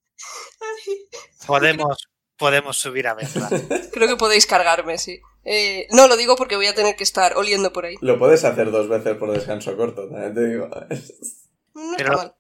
B: Podemos, podemos subir a verla.
G: Creo que podéis cargarme, sí. Eh, no lo digo porque voy a tener que estar oliendo por ahí.
A: Lo puedes hacer dos veces por descanso corto, también te digo.
G: No
B: Pero-
G: está mal.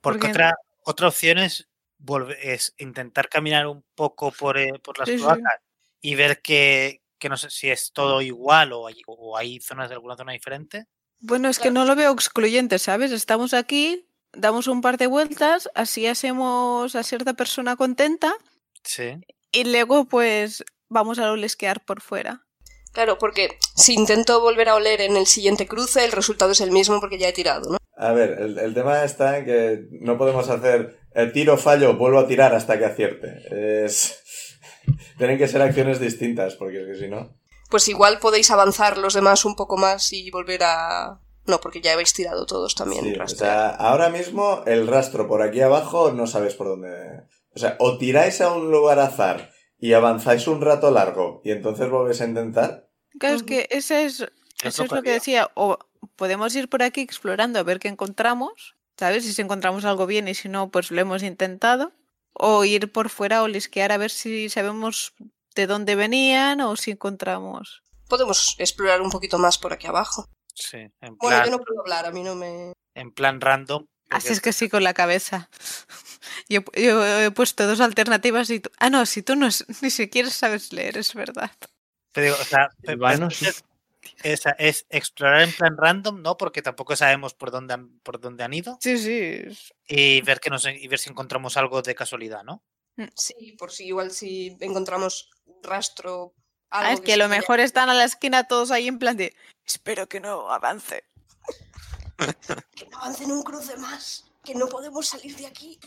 B: Porque
E: Porque-
B: otra, otra opción es, volve- es intentar caminar un poco por, eh, por las
E: Sí, sí.
B: cloacas y ver que, que no sé si es todo igual o hay, o hay zonas de alguna zona diferente.
E: Bueno, es que no lo veo excluyente, ¿sabes? Estamos aquí, damos un par de vueltas, así hacemos a cierta persona contenta
B: Sí.
E: y luego pues vamos a olisquear por fuera.
G: Claro, porque si intento volver a oler en el siguiente cruce, el resultado es el mismo porque ya he tirado, ¿no?
A: A ver, el, el tema está en que no podemos hacer eh, tiro, fallo, vuelvo a tirar hasta que acierte. Es... Tienen que ser acciones distintas, porque es que si no...
G: Pues igual podéis avanzar los demás un poco más y volver a... No, porque ya habéis tirado todos también.
A: Sí, o
G: rastrear.
A: sea, ahora mismo el rastro por aquí abajo no sabes por dónde. O sea, o tiráis a un lugar azar y avanzáis un rato largo y entonces volvéis a intentar.
E: Claro, es
G: Ujú.
E: que ese es, eso es lo que
B: tocaría.
E: decía, o podemos ir por aquí explorando a ver qué encontramos, ¿sabes? Si encontramos algo bien y si no, pues lo hemos intentado. O ir por fuera o lisquear a ver si sabemos de dónde venían o si encontramos.
G: Podemos explorar un poquito más por aquí abajo.
B: Sí, en plan,
G: Bueno, yo no puedo hablar, a mí no me...
B: en plan random.
E: Así
B: porque-
E: es que sí, con la cabeza. Yo, yo he puesto dos alternativas y tú... Ah, no, si tú no, es- ni siquiera sabes leer, es verdad.
B: te digo, o sea, pe-
C: Silvanos.
B: pe- es, esa- es explorar en plan random, ¿no? Porque tampoco sabemos por dónde han, por dónde han ido
E: Sí, sí.
B: y ver, que nos, y ver si encontramos algo de casualidad, ¿no?
G: Sí, por si igual si encontramos rastro... Algo
E: Ah, es que a lo
G: se haya-
E: mejor están a la esquina todos ahí en plan de... Espero que no avance.
G: Que no avancen un cruce más, que no podemos salir de aquí.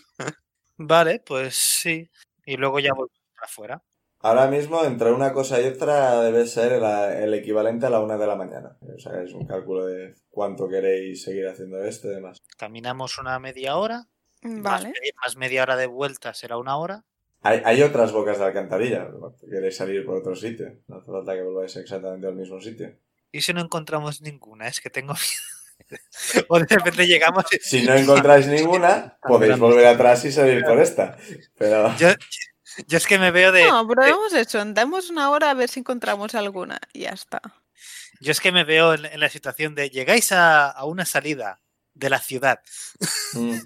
B: Vale, pues sí. Y luego ya volvemos para afuera.
A: Ahora mismo, entre una cosa y otra, debe ser el, el equivalente a la una de la mañana. O sea, es un cálculo de cuánto queréis seguir haciendo esto y demás.
B: Caminamos una media hora. Más,
E: Mm, Vale.
B: medi- más media hora de vuelta será una hora.
A: Hay, hay otras bocas de alcantarilla. Queréis salir por otro sitio. No hace falta que volváis exactamente al mismo sitio.
B: Y si no encontramos ninguna, es que tengo miedo. o de repente llegamos. y-
A: Si no encontráis ninguna, podéis volver atrás y salir por esta. Pero...
B: Yo, yo es que me veo de.
E: No, pero hemos hecho, andamos una hora a ver si encontramos alguna. y Ya está.
B: Yo es que me veo en, en la situación de llegáis a, a una salida de la ciudad.
A: Mm.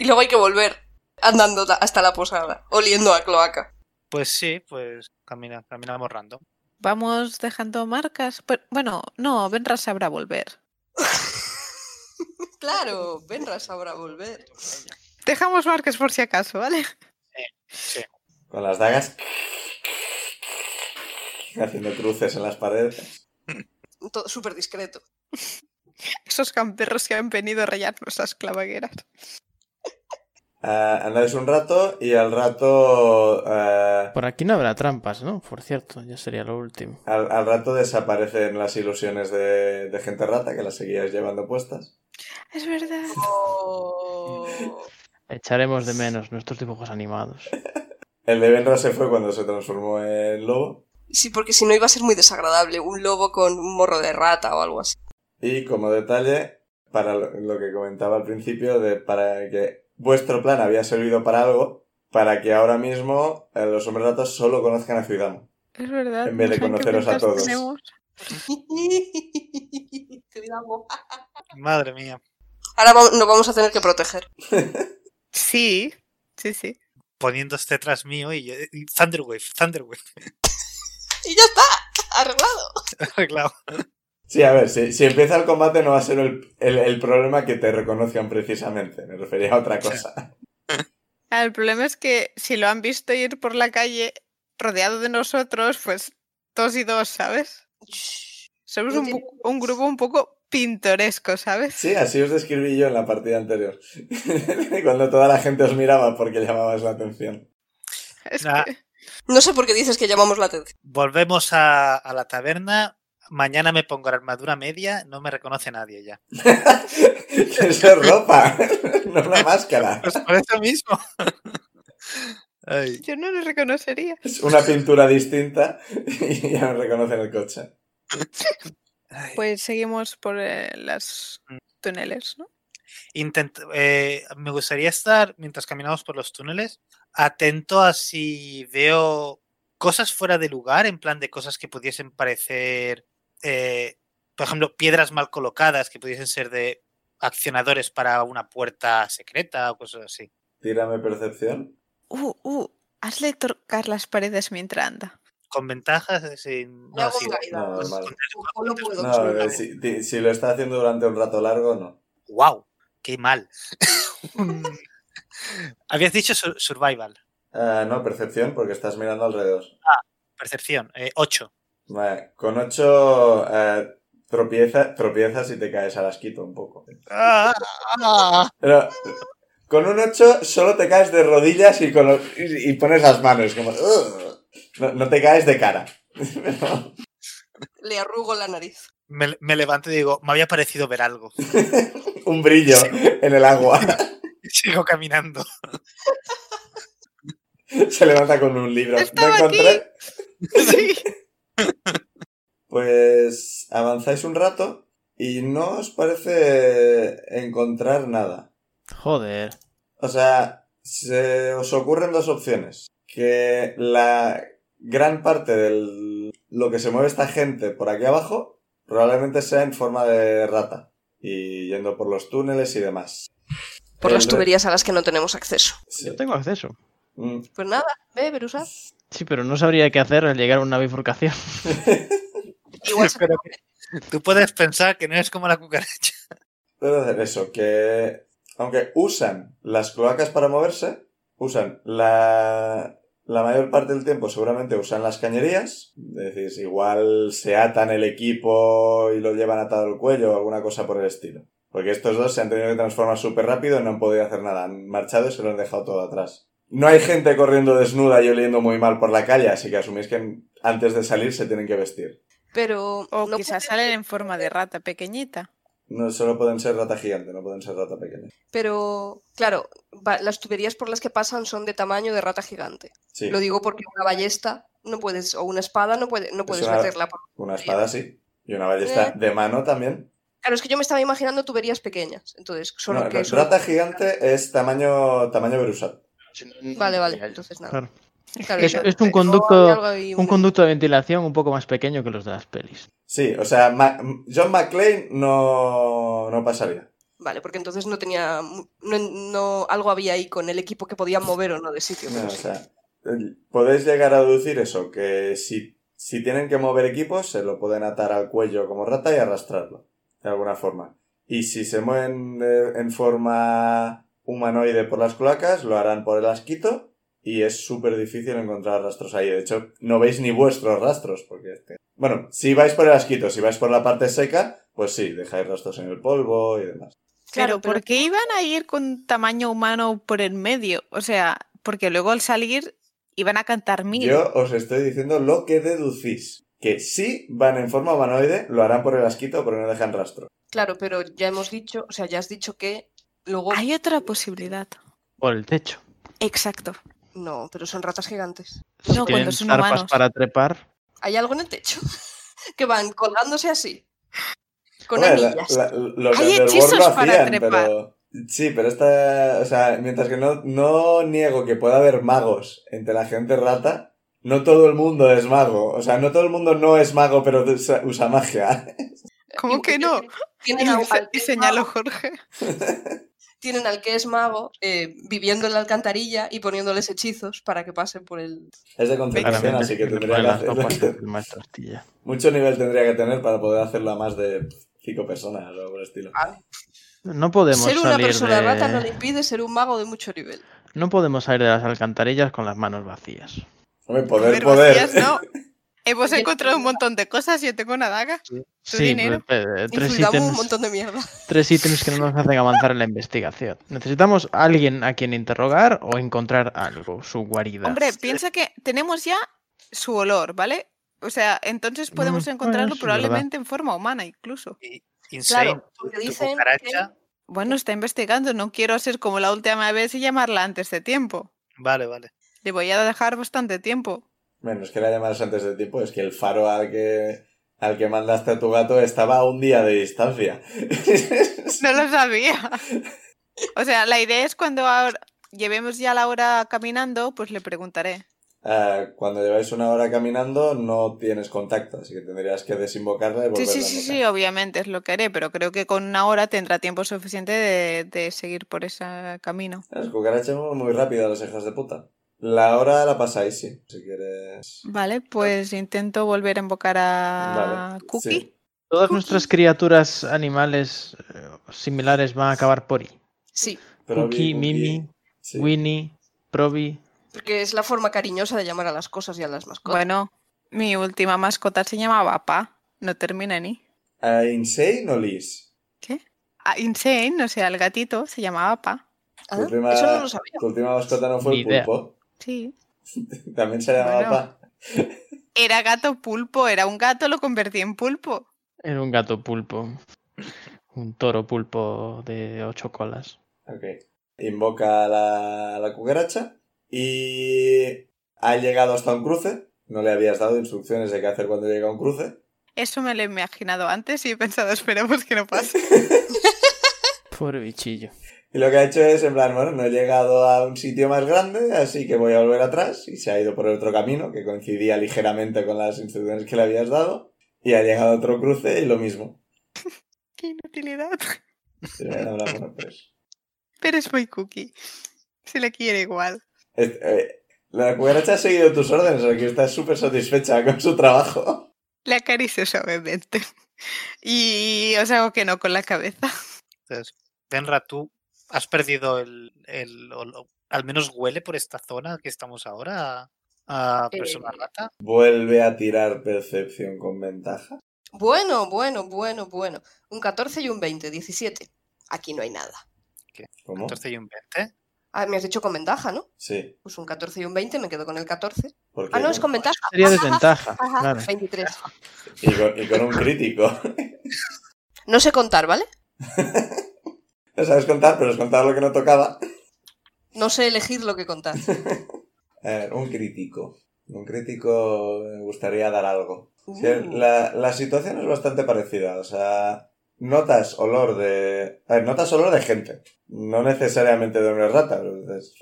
G: Y luego hay que volver. andando ta- hasta la posada, oliendo a cloaca.
B: Pues sí, pues camina, caminamos random.
E: Vamos dejando marcas. Pero, bueno, no, Benra sabrá volver.
G: Claro, Benra sabrá volver.
E: Dejamos marcas por si acaso, ¿vale?
A: Con las dagas. Haciendo cruces en las paredes.
G: Todo Súper discreto.
E: Esos camperros que han venido a rayar nuestras clavagueras.
A: Ah, andáis un rato y al rato. ah,
C: Por aquí no habrá trampas, ¿no? Por cierto, ya sería lo último.
A: al, al rato desaparecen las ilusiones de, de gente rata que las seguíais llevando puestas.
E: Es verdad.
G: Oh.
C: Echaremos de menos nuestros dibujos animados.
A: El de Benra se fue cuando se transformó en lobo.
G: Sí, porque si no iba a ser muy desagradable un lobo con un morro de rata o algo así.
A: Y como detalle, para lo lo que comentaba al principio, de para que vuestro plan había servido para algo, para que ahora mismo eh, los hombres ratas solo conozcan a Ciudadamo.
E: Es verdad.
A: En vez de
E: no sé qué
A: conoceros a
E: ventas
A: todos.
E: tenemos.
G: Cuidado.
B: Madre mía.
G: Ahora va- nos vamos a tener que proteger.
E: Sí, sí, sí.
B: Poniéndose este tras mío y, y Thunderwave, Thunderwave.
G: Y ya está, arreglado.
B: Arreglado.
A: Sí, a ver, si, si empieza el combate no va a ser el, el- el problema que te reconozcan precisamente. Me refería a otra cosa.
E: Ah, El problema es que si lo han visto ir por la calle rodeado de nosotros, pues dos y dos, ¿sabes? Somos
G: No
E: un,
G: tiene-
E: po- un grupo un poco pintoresco, ¿sabes?
A: Sí, así os describí yo en la partida anterior. Cuando toda la gente os miraba porque llamabas la atención.
E: Es
B: Nah.
E: que-
G: No sé por qué dices que llamamos la atención.
B: Volvemos a, a la taberna. Mañana me pongo la armadura media, no me reconoce nadie ya.
A: Eso es ropa, no una máscara.
B: Pues por eso mismo. Ay,
E: yo no lo reconocería.
A: Es una pintura distinta y ya no reconocen el coche.
B: ay.
E: Pues seguimos por eh, las túneles, ¿no?
B: Intent- eh, me gustaría estar, mientras caminamos por los túneles, atento a si veo cosas fuera de lugar, en plan de cosas que pudiesen parecer, eh, por ejemplo, piedras mal colocadas que pudiesen ser de accionadores para una puerta secreta o cosas así.
A: Tírame percepción.
E: Uh, uh, hazle tocar las paredes mientras anda.
B: Con ventajas, eh, sin...
G: Me
B: No,
G: hago
B: sí,
G: una
A: No,
G: idea.
A: normal.
G: O no puedo.
A: No, a ver, si, ti- si lo está haciendo durante un rato largo, no.
B: ¡Wow! ¡Qué mal!
A: Mm.
B: Un- Habías dicho sur- survival,
A: Ah, no, percepción, porque estás mirando alrededor.
B: percepción, eh, 8.
A: Vale, con 8 tropieza, tropiezas y te caes al asquito un poco.
D: Ah.
A: Pero con un 8 solo te caes de rodillas y, con los- y, y pones las manos como... "Ugh". No, no te caes de cara.
G: Le arrugo la nariz.
B: me, me levanto y digo, me había parecido ver algo.
A: un brillo en el agua.
B: Y sigo caminando.
A: Se levanta con un libro.
E: Estaba
A: No encontré-
E: aquí. Sí.
A: Pues avanzáis un rato y no os parece encontrar nada.
C: Joder.
A: O sea, se os ocurren dos opciones. Que la gran parte de lo que se mueve esta gente por aquí abajo probablemente sea en forma de rata. Y yendo por los túneles y demás.
G: Por
A: El
G: las
A: re-
G: tuberías a las que no tenemos acceso.
A: Sí.
C: tengo acceso.
A: Mm.
G: Pues nada, ve, Berusa.
C: Sí, pero no sabría qué hacer al llegar a una bifurcación.
G: Igual se-
B: Pero que- tú puedes pensar que no eres como la cucaracha.
A: Puedo hacer eso, que aunque usan las cloacas para moverse, usan la, la mayor parte del tiempo seguramente usan las cañerías, es decir, igual se atan el equipo y lo llevan atado al cuello o alguna cosa por el estilo. Porque estos dos se han tenido que transformar súper rápido y no han podido hacer nada, han marchado y se lo han dejado todo atrás. No hay gente corriendo desnuda y oliendo muy mal por la calle, así que asumís que antes de salir se tienen que vestir.
G: Pero
E: O
G: no
E: quizás
G: puede-
E: salen en forma de rata pequeñita.
A: No solo pueden ser rata gigante, no pueden ser rata pequeña.
G: Pero, claro, va- las tuberías por las que pasan son de tamaño de rata gigante.
A: Sí,
G: Lo digo porque una ballesta no puedes, o una espada no, puede, no puedes
A: una-
G: meterla. por-
A: una espada sí, y una ballesta
G: Eh.
A: de mano también.
G: Claro, es que yo me estaba imaginando tuberías pequeñas. Entonces, solo
A: No,
G: que...
A: ra-
G: solo-
A: Rata gigante es tamaño, tamaño verusat.
G: Vale, vale, entonces nada.
C: Claro.
G: Claro,
C: Es,
G: ya.
C: es
G: Luego
C: un
G: hay
C: conducto,
G: algo ahí,
C: un
G: una-
C: conducto de ventilación un poco más pequeño que los de las pelis.
A: Sí, o sea, Ma- John McClane no, no pasaría.
D: Vale, porque entonces no tenía. mu- No, no- algo había ahí con el equipo que podía mover o no de sitio.
A: No,
D: pero
A: Ah, o
D: sí.
A: sea, el- podéis llegar a deducir eso, que si, si tienen que mover equipos, se lo pueden atar al cuello como rata y arrastrarlo, de alguna forma. Y si se mueven eh, en forma humanoide por las cloacas, lo harán por el asquito y es súper difícil encontrar rastros ahí. De hecho, no veis ni vuestros rastros, porque... este- Bueno, si vais por el asquito, si vais por la parte seca, pues sí, dejáis rastros en el polvo y demás.
E: Claro,
D: Claro, pero-
E: ¿por qué iban a ir con tamaño humano por en medio? O sea, porque luego al salir iban a cantar mil.
A: Yo os estoy diciendo lo que deducís. Que sí van en forma humanoide, lo harán por el asquito porque no dejan rastro.
D: Claro, pero ya hemos dicho, o sea, ya has dicho que luego.
E: Hay otra posibilidad.
C: Por el techo.
E: Exacto.
D: No, pero son ratas gigantes.
E: No,
C: si
E: cuando
C: tienen
E: son
C: zarpas
E: humanos.
C: para trepar,
D: Hay algo en el techo que van colgándose así. Con
A: Hombre, la-
D: anillas.
A: la- los
E: Hay
A: de Underworld
E: hechizos
A: lo
E: para
A: hacían,
E: trepar.
A: pero... Sí, pero esta... O sea, mientras que no, no niego que pueda haber magos entre la gente rata, no todo el mundo es mago. O sea, no todo el mundo no es mago, pero usa, usa magia.
E: ¿Cómo
D: Y-
E: que
D: y
E: no?
D: tienen- Tienen, a- al que es mago-
E: Jorge.
D: tienen al que es mago eh, viviendo en la alcantarilla y poniéndoles hechizos para que pasen por el.
A: Es de concentración,
C: claramente.
A: así que
C: se le
A: tendría
C: ponen
A: que
C: las
A: hacerlo.
C: gafas y el maestro astilla.
A: Mucho nivel tendría que tener para poder hacerlo a más de cinco personas o algo por el estilo.
E: Ah,
C: No podemos
D: ser una
C: salir
D: persona
C: de...
D: rata no le impide ser un mago de mucho nivel.
C: No podemos salir de las alcantarillas con las manos vacías.
A: Hombre, poder, poder.
E: no. Hemos
D: Oye,
E: encontrado un montón de cosas. Yo tengo una daga. Tu
C: Sí,
E: dinero.
C: pe- pe- eh, tres
D: Insultamos un
C: ítems,
D: montón de mierda.
C: tres ítems que no nos hacen avanzar en la investigación. Necesitamos a alguien a quien interrogar o encontrar algo, su guarida.
E: Hombre, piensa que tenemos ya su olor, ¿vale? O sea, entonces podemos
C: Mm, bueno,
E: encontrarlo
C: sí, es verdad.
E: probablemente en forma humana incluso.
B: Insane.
D: Claro, porque
B: tu
D: dicen
B: cucaracha.
E: Bueno, está investigando. No quiero ser como la última vez y llamarla antes de tiempo.
B: Vale, vale.
E: Le voy a dejar bastante tiempo.
A: Bueno, es que la llamadas antes de tiempo, es que el faro al que, al que mandaste a tu gato estaba a un día de distancia.
E: No lo sabía. O sea, la idea es cuando ahora- llevemos ya la hora caminando, pues le preguntaré.
A: Ah, cuando lleváis una hora caminando no tienes contacto, así que tendrías que desinvocarla y
E: Sí,
A: volverla
E: sí,
A: a
E: sí, sí,
A: invocar.
E: obviamente es lo que haré, pero creo que con una hora tendrá tiempo suficiente de, de seguir por ese camino.
A: Las cucarachas van muy rápido, las hijas de puta. La hora la pasáis, sí, si quieres.
E: Vale, pues intento volver a invocar a
A: Vale,
E: Ah, Cookie.
A: sí.
C: Todas nuestras criaturas animales eh, similares van a acabar por I.
D: Sí,
A: Pero
C: Cookie,
A: Cookie,
C: Mimi,
A: sí.
C: Winnie, Probi.
D: porque es la forma cariñosa de llamar a las cosas y a las mascotas.
E: Bueno, mi última mascota se llamaba Pa, no termina en I.
A: Ah, Insane o Liz.
E: Ah, Insane, o sea, el gatito se llamaba Pa.
D: Ah,
A: tu prima-
D: Eso no lo sabía.
A: Tu última mascota no fue
C: Ni
A: el
C: idea.
A: pulpo.
E: Sí.
A: También se llamaba Pa.
E: Bueno. Era gato pulpo, era un gato, lo convertí en pulpo.
C: Era un gato pulpo. Un toro pulpo de ocho colas.
A: Ok. Invoca a la, a la cucaracha y ha llegado hasta un cruce. No le habías dado instrucciones de qué hacer cuando llega a un cruce.
E: Eso me lo he imaginado antes y he pensado, esperemos que no pase.
C: Pobre bichillo.
A: Y lo que ha hecho es, en plan, bueno, no he llegado a un sitio más grande, así que voy a volver atrás. Y se ha ido por el otro camino, que coincidía ligeramente con las instrucciones que le habías dado. Y ha llegado a otro cruce y lo mismo.
E: Qué inutilidad.
A: Y le han hablado, bueno, pues,
E: Pero es muy cookie. Se le quiere igual.
A: este, eh, la cucaracha ha seguido tus órdenes, aquí está súper satisfecha con su trabajo.
E: La acaricio suavemente. Y os hago que no con la cabeza.
B: Entonces, Benra, tú has perdido el, el olo- Al menos huele por esta zona que estamos ahora a, a persona
D: Eh,
B: rata.
A: Vuelve a tirar percepción con ventaja.
D: Bueno, bueno, bueno, bueno. Un 14 y un 20, 17. Aquí no hay nada.
A: ¿Cómo?
B: 14 y un 20.
D: Ah, me has dicho con ventaja, ¿no?
A: Sí.
D: Pues un 14 y un 20, me quedo con el 14.
A: Porque
D: Ah, no, es con ventaja.
C: Sería desventaja.
D: Ajá,
C: claro.
D: 23.
A: y, con, y con un crítico.
D: No sé contar, ¿vale?
A: No sabes contar, pero es contar lo que no tocaba.
D: No sé elegir lo que contar.
A: A ver, Eh, un crítico. Un crítico me gustaría dar algo. Sí,
D: Uh.
A: la, la situación es bastante parecida. O sea, notas olor de... A ver, notas olor de gente. No necesariamente de hombres rata. pero dices,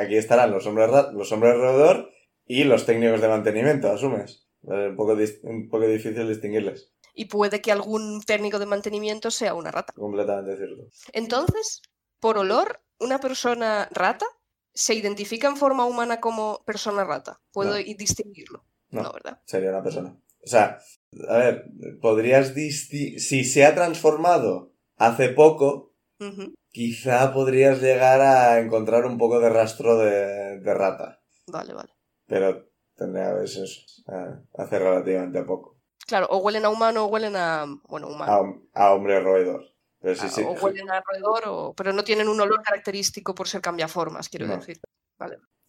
A: Aquí estarán los hombres, ra- los hombres roedor y los técnicos de mantenimiento, asumes. Es un poco, dis- un poco difícil distinguirles.
G: y puede que algún técnico de mantenimiento sea una rata.
A: Completamente cierto.
G: Entonces, por olor, una persona rata se identifica en forma humana como persona rata. Puedo
A: No.
G: i- distinguirlo.
A: No.
G: No, ¿verdad?
A: Sería una persona. O sea, a ver, podrías disti- si se ha transformado hace poco,
G: Ujú,
A: quizá podrías llegar a encontrar un poco de rastro de, de rata.
G: Vale, vale.
A: Pero tendría a veces ah, hace relativamente poco.
G: Claro, o huelen a humano o huelen a. Bueno, humano.
A: A, hom- a hombre roedor. Pero Ah, sí,
G: Ah,
A: sí.
G: o huelen alrededor, o... pero no tienen un olor característico por ser cambiaformas, quiero
A: No.
G: decir.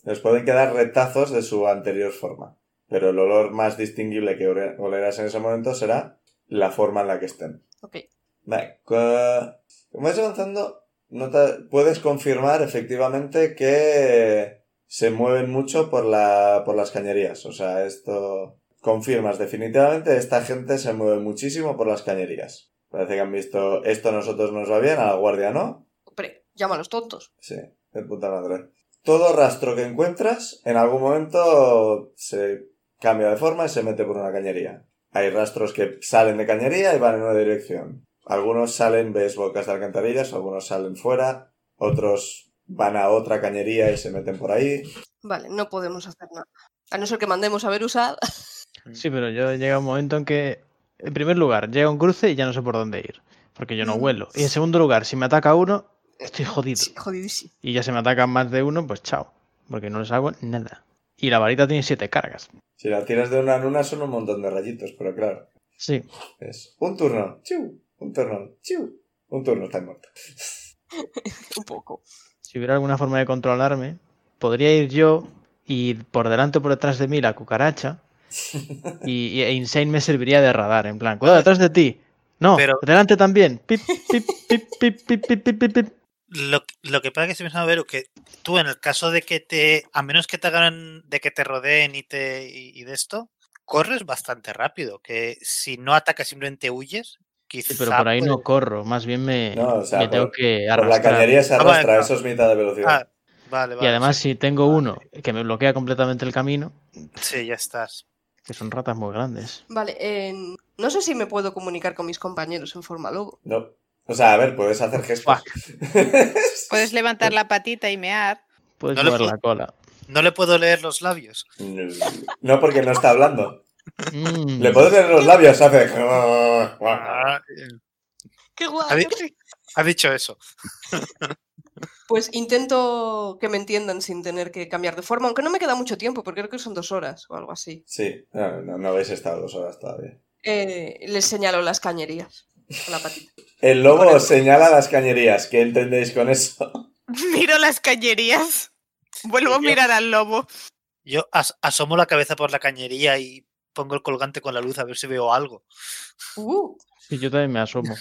A: Les pueden quedar retazos de su anterior forma. Pero el olor más distinguible que ore- olerás en ese momento será la forma en la que estén.
G: Ok.
A: Vale, cua- como vas avanzando, nota- puedes confirmar efectivamente que se mueven mucho por, la, por las cañerías. O sea, esto confirmas definitivamente, esta gente se mueve muchísimo por las cañerías. Parece que han visto, esto a nosotros nos va bien, a la guardia no.
G: Hombre, llámalos tontos.
A: Sí, de puta madre. Todo rastro que encuentras, en algún momento se cambia de forma y se mete por una cañería. Hay rastros que salen de cañería y van en una dirección. Algunos salen, ves bocas de alcantarillas, algunos salen fuera, otros van a otra cañería y se meten por ahí.
G: Vale, no podemos hacer nada. A no ser que mandemos a Berusad.
C: Sí, pero yo llega un momento en que, en primer lugar, llega un cruce y ya no sé por dónde ir, porque yo no
G: Mm.
C: vuelo. Y en segundo lugar, si me ataca uno, estoy jodido.
G: Sí, jodidísimo.
C: Y ya se me atacan más de uno, pues chao, porque no les hago nada. Y la varita tiene siete cargas.
A: Si la tiras de una en una son un montón de rayitos, pero claro,
C: Sí,
A: es un turno, chiu, un turno, chiu, un turno, está muerto.
G: Un poco.
C: si hubiera alguna forma de controlarme, podría ir yo y por delante o por detrás de mí la cucaracha. Y, y- e Insane me serviría de radar, en plan, cuidado, detrás de ti. No,
B: Pero-
C: delante también. Pip, pip, pip, pip, pip, pip, pip, pip, pip.
B: Lo, lo que pasa que estoy pensando, Vero, que tú en el caso de que te, a menos que te hagan, de que te rodeen y te y, y de esto, corres bastante rápido, que si no atacas simplemente huyes, quizá...
C: Sí, pero por ahí no
B: puede-
C: corro, más bien me,
A: No, o sea,
C: me tengo
A: por-
C: que
A: Por la
C: arrastrar.
A: cañería se
B: Ah, vale,
A: arrastra,
B: claro.
A: eso es mitad de velocidad.
B: Ah, vale,
C: Y
B: vale,
C: además
B: Ah, sí,
C: si tengo uno que me bloquea completamente el camino,
B: sí, ya estás.
C: que son ratas muy grandes.
G: Vale, en- no sé si me puedo comunicar con mis compañeros en forma lobo.
A: No. O sea, a ver, puedes hacer gestos.
E: Puedes levantar la patita y mear.
C: Puedes
B: No le
C: mover
B: puedo-
C: la cola.
B: No le puedo leer los labios.
A: No, No, porque no está hablando.
C: Mm.
A: Le puedes leer los labios, hace.
B: Ah, eh,
G: ¡Qué guay!
B: Ha, di- ha dicho eso.
G: Pues intento que me entiendan sin tener que cambiar de forma, aunque no me queda mucho tiempo, porque creo que son dos horas o algo así.
A: Sí, no, no, no habéis estado dos horas todavía.
G: Eh, les señalo las cañerías con la patita.
A: El lobo os señala las cañerías. ¿Qué entendéis con eso?
E: Miro las cañerías. Vuelvo a
B: Yo-
E: mirar al lobo.
B: Yo as- asomo la cabeza por la cañería y pongo el colgante con la luz a ver si veo algo.
G: Uh,
C: Sí, yo también me asomo.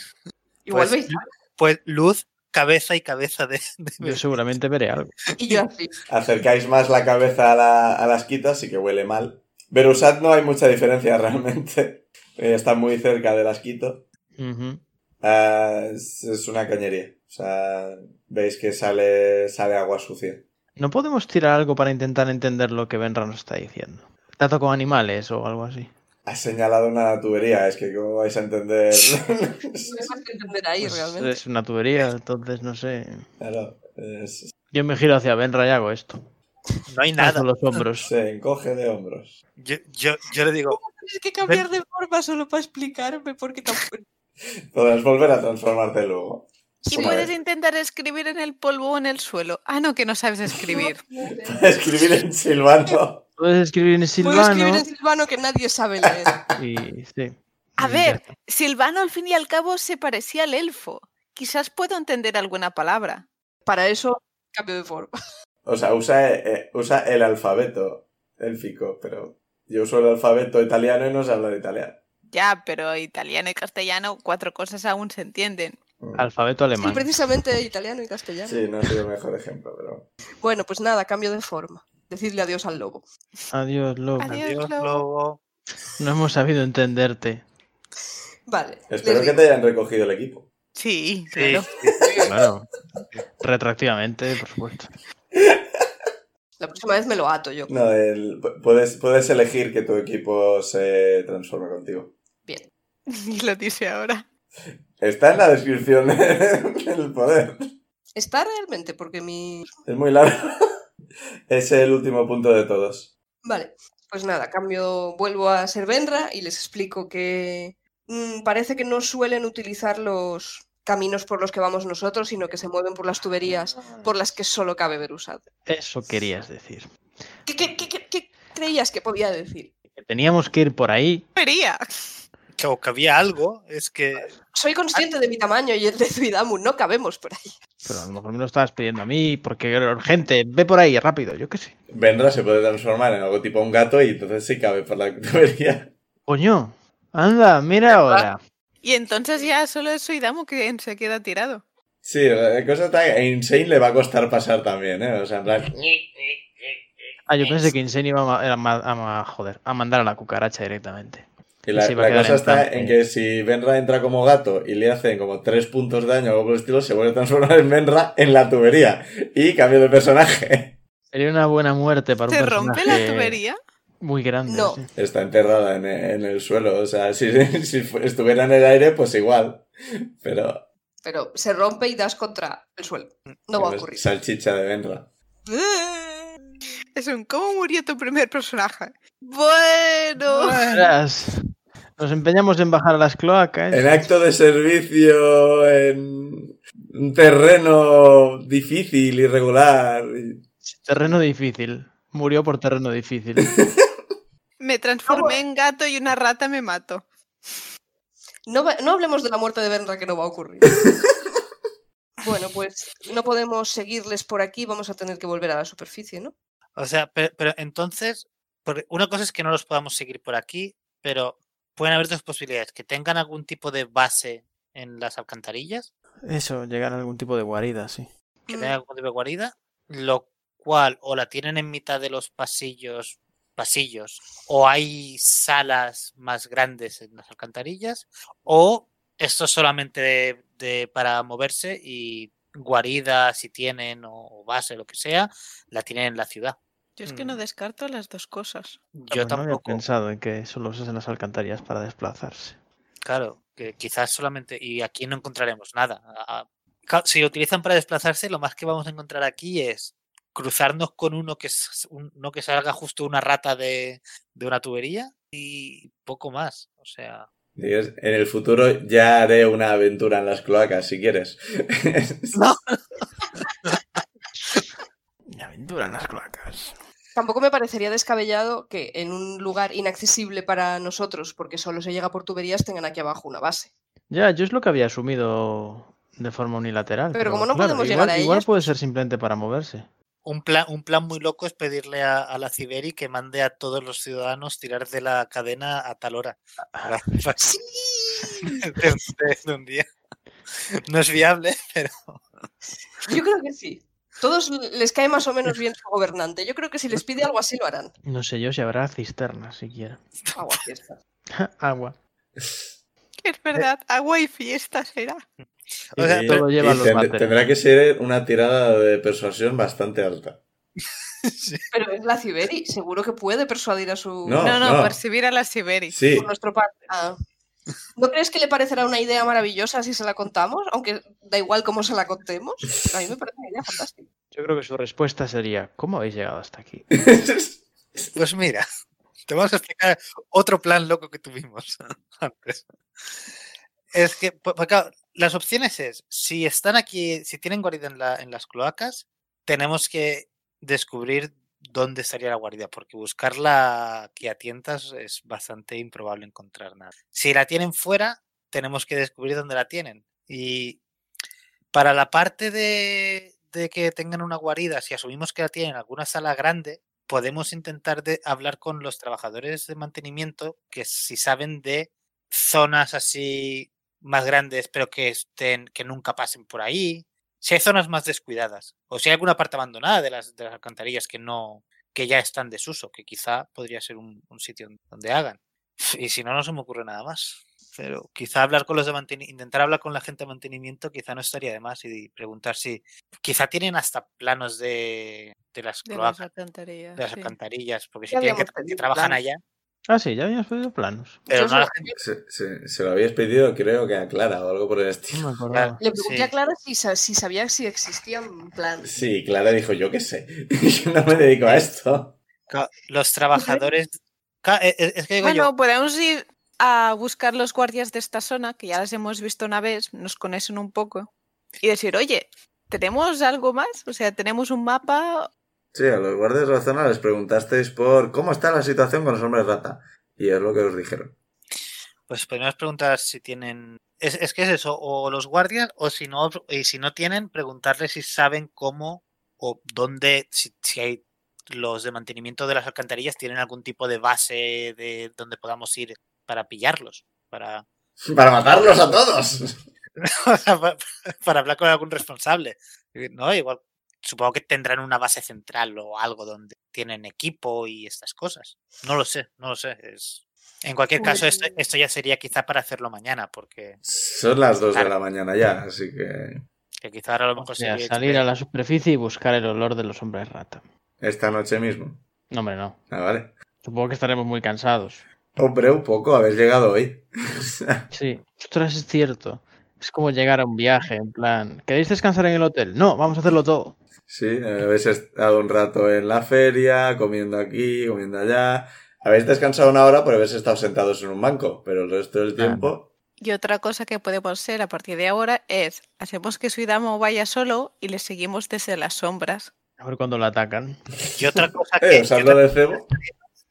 G: igual
B: Pues-
G: veis.
B: Pues luz, cabeza y cabeza de...
C: Yo seguramente veré algo.
G: Y yo así.
A: Acercáis más la cabeza a, la- a las quitas y que huele mal. Verusat no hay mucha diferencia realmente. Eh, Está muy cerca de las quito.
C: Ujú.
A: Ah, es, es una cañería. O sea, veis que sale, sale agua sucia.
C: ¿No podemos tirar algo para intentar entender lo que Benra nos está diciendo? Trato con animales o algo así.
A: Has señalado una tubería, es que cómo vais a entender.
G: No hay más que entender ahí,
C: Pues
G: realmente.
C: es una tubería, entonces no sé.
A: claro, es-
C: Yo me giro hacia Benra y hago esto.
B: No hay
C: Alzo
B: nada.
C: los hombros.
A: se encoge de hombros.
B: Yo, yo, yo le digo,
G: Tienes que cambiar de forma solo para explicarme, porque tampoco...
A: Podrás volver a transformarte luego.
E: Y
A: Sí.
E: puedes intentar escribir en el polvo o en el suelo. Ah, no, que no sabes escribir.
A: Escribir en silbano.
C: Puedes escribir en
G: Puedo escribir
C: silvano
G: en silvano que nadie sabe leer.
C: y sí. Y ya
E: A ver,
C: está.
E: Silvano al fin y al cabo se parecía al elfo. Quizás puedo entender alguna palabra.
G: Para eso, cambio de forma.
A: O sea, usa, eh, usa el alfabeto élfico, pero yo uso el alfabeto italiano y no se habla de italiano.
E: Ya, pero italiano y castellano, cuatro cosas aún se entienden.
A: Mm.
C: Alfabeto
G: Sí,
C: alemán.
G: precisamente italiano y castellano.
A: Sí, no ha sido el mejor ejemplo, pero.
G: Bueno, pues nada, cambio de forma. Decidle adiós al lobo.
C: Adiós, lobo.
E: Adiós,
B: Dios,
E: lobo".
B: lobo.
C: No hemos sabido entenderte.
G: Vale.
A: Espero
G: les
A: que
G: digo,
A: te hayan recogido el equipo.
E: Sí,
B: Sí,
E: claro.
C: Claro. Retractivamente, por supuesto.
G: La próxima vez me lo ato yo.
A: No, el- pu- puedes, puedes elegir que tu equipo se transforme contigo.
G: Bien.
E: Y lo dice ahora.
A: Está en la descripción del poder.
G: ¿Está realmente? Porque mi...
A: Es muy largo. Es el último punto de todos.
G: Vale, pues nada, cambio, vuelvo a Servendra y les explico que mm, parece que no suelen utilizar los caminos por los que vamos nosotros, sino que se mueven por las tuberías por las que solo cabe Berusad.
C: Eso querías decir.
G: ¿Qué, qué, qué, qué- qué creías que podía decir?
C: Que teníamos que ir por ahí.
E: Vería.
B: Que, o que había algo, es que
G: Soy consciente de mi tamaño y el de Zuidamu, no cabemos por ahí.
C: Pero a lo mejor me lo estabas pidiendo a mí porque era urgente. Ve por ahí, rápido, yo qué sé.
A: Vendra se puede transformar en algo tipo un gato y entonces sí cabe por la tubería.
C: Coño, anda, mira ahora.
E: Y entonces ya solo es Suidamu quien se queda tirado.
A: Sí, la cosa está... A Insane le va a costar pasar también, ¿eh? O sea, en plan...
C: Ah, yo pensé que Insane iba a, ma- era ma- a ma- joder, a mandar a la cucaracha directamente.
A: Y la,
C: Se iba a
A: la
C: quedar
A: cosa
C: en
A: está
C: trance.
A: en que si Benra entra como gato y le hacen como tres puntos de daño o algo por el estilo, se vuelve a transformar en Benra en la tubería. Y cambio de personaje.
C: Sería una buena muerte para un
E: ¿Se rompe la
C: personaje
E: tubería?
C: Muy grande.
G: No.
C: sí.
A: Está enterrada en, en el suelo. O sea, si, si fu- estuviera en el aire, pues igual. Pero
G: Pero se rompe y das contra el suelo. No va a
A: pues,
G: ocurrir.
A: salchicha de Benra.
E: Es un ¿cómo murió tu primer personaje? Bueno.
C: Ostras, Nos empeñamos en bajar a las cloacas.
A: En acto de servicio, en un terreno difícil, irregular. y-
C: Terreno difícil. Murió por terreno difícil.
E: Me transformé en gato y una rata me mato.
G: No, va- no hablemos de la muerte de Benra que no va a ocurrir. bueno, pues no podemos seguirles por aquí, vamos a tener que volver a la superficie, ¿no?
B: O sea, pe- pero, entonces, por- una cosa es que no los podamos seguir por aquí, pero pueden haber dos posibilidades, que tengan algún tipo de base en las alcantarillas,
C: Eso, llegar a algún tipo de guarida, sí.
B: que
G: Mm.
B: tengan algún tipo de guarida, lo cual o la tienen en mitad de los pasillos, pasillos, o hay salas más grandes en las alcantarillas, o esto es solamente de, de- para moverse y guarida, si tienen, o, o base, lo que sea, la tienen en la ciudad.
E: Yo es que no
B: Mm.
E: descarto las dos cosas.
B: Yo
C: Pues no había
B: tampoco.
C: pensado en que solo usen las alcantarillas para desplazarse.
B: Claro, que quizás solamente. Y aquí no encontraremos nada. A- a- ca- Si lo utilizan para desplazarse, lo más que vamos a encontrar aquí es cruzarnos con uno que, s- un- uno que salga justo una rata de, de una tubería y poco más. O sea,
A: Digas, En el futuro ya haré una aventura en las cloacas, si quieres.
C: Aventura en las cloacas.
G: Tampoco me parecería descabellado que en un lugar inaccesible para nosotros, porque solo se llega por tuberías, tengan aquí abajo una base.
C: Ya, yo es lo que había asumido de forma unilateral.
G: Pero como no podemos
C: igual,
G: llegar a
C: igual
G: ellas, pues-
C: puede ser simplemente para moverse.
B: un plan, un plan muy loco es pedirle a, a la Ciberi que mande a todos los ciudadanos tirar de la cadena a tal hora. para- para-
G: ¡Sí!
B: de un- de un día. No es viable, pero.
G: Yo creo que sí. Todos les cae más o menos bien su gobernante. Yo creo que si les pide algo así lo harán.
C: No sé yo si habrá cisternas siquiera.
G: Agua, fiesta.
C: Agua.
B: Eh.
E: Es verdad, agua y fiesta será.
B: O sea,
A: Y-
C: todo lleva
A: y
C: los
A: ten-
C: váteres.
A: Tendrá que ser una tirada de persuasión bastante alta.
G: Pero es la Ciberi, seguro que puede persuadir a su.
A: No,
E: No, no,
A: no.
E: percibir a la Siberi.
A: Sí,
G: por nuestro parte. Ah. ¿No crees que le parecerá una idea maravillosa si se la contamos? Aunque da igual cómo se la contemos. A mí me parece una idea fantástica.
C: Yo creo que su respuesta sería, ¿cómo habéis llegado hasta aquí?
B: Pues mira, te vamos a explicar otro plan loco que tuvimos antes. Es que, pu- pues claro, las opciones es, si están aquí, si tienen guarida en, la- en las cloacas, tenemos que descubrir dónde estaría la guarida, porque buscarla aquí a tientas es bastante improbable encontrar nada. Si la tienen fuera, tenemos que descubrir dónde la tienen. Y para la parte de, de que tengan una guarida, si asumimos que la tienen en alguna sala grande, podemos intentar de hablar con los trabajadores de mantenimiento que si saben de zonas así más grandes, pero que estén, que nunca pasen por ahí. Si hay zonas más descuidadas, o si hay alguna parte abandonada de las, de las alcantarillas que no, que ya están en desuso, que quizá podría ser un, un sitio donde hagan. Y si no, no se me ocurre nada más. Pero quizá hablar con los de mantenimiento, intentar hablar con la gente de mantenimiento, quizá no estaría de más y preguntar si quizá tienen hasta planos de, de las
E: De
B: cloacas
E: las alcantarillas.
B: de las
E: sí.
B: alcantarillas, porque si
G: Ya
B: tienen que,
G: habíamos
B: tra- que
G: tenido
B: trabajan
G: planes. Pues
B: allá,
C: Ah, sí, ya habíamos pedido planos.
B: Pero
G: Yo
B: no a la
G: solo-
B: gente.
A: Se, se- se lo habíais pedido, creo que a Clara o algo por el estilo.
C: No me acordaba.
G: Le pregunté
B: Sí.
G: a Clara si, sa- si sabía si existían planes.
A: Sí, Clara dijo, yo qué sé, yo no me dedico a esto.
B: Ca- Los trabajadores. Ca- eh, eh, Es que digo
E: Bueno,
B: yo,
E: podemos ir a buscar los guardias de esta zona, que ya las hemos visto una vez, nos conocen un poco, y decir, oye, ¿tenemos algo más? O sea, ¿tenemos un mapa?
A: Sí, a los guardias de la zona les preguntasteis por cómo está la situación con los hombres rata. Y es lo que os dijeron.
B: pues podemos preguntar si tienen. Es, es que es eso, o los guardias, o si no, y si no tienen, preguntarles si saben cómo o dónde, si, si hay los de mantenimiento de las alcantarillas tienen algún tipo de base de donde podamos ir para pillarlos, para,
A: ¡Para matarlos a todos!
B: o sea, pa- para hablar con algún responsable. Eh, No, igual, supongo que tendrán una base central o algo donde tienen equipo y estas cosas. No lo sé, no lo sé. es- En cualquier caso, esto,
G: Pues-
B: esto ya sería quizá para hacerlo mañana, porque
A: Son las 2 de la mañana ya, así que
B: que quizá ahora a lo mejor
C: O sea,
B: sería
C: salir a la superficie y buscar el olor de los hombres rata.
A: esta noche mismo.
C: No, hombre, no.
A: Ah, vale.
C: Supongo que estaremos muy cansados.
A: Hombre, un poco, haber llegado hoy.
C: Sí. Ostras, es cierto. Es como llegar a un viaje, en plan... ¿Queréis descansar en el hotel? No, vamos a hacerlo todo.
A: Sí, eh, habéis estado un rato en la feria, comiendo aquí, comiendo allá. Habéis descansado una hora por habéis estado sentados en un banco, pero el resto del
C: Claro.
A: tiempo...
E: Y otra cosa que podemos hacer a partir de ahora es, hacemos que Suidamo vaya solo y le seguimos desde las sombras.
C: A ver cuándo lo atacan.
B: Y otra cosa Ah, que,
A: Eh,
B: y
A: ¿os hablo
B: otra-
A: de cebo?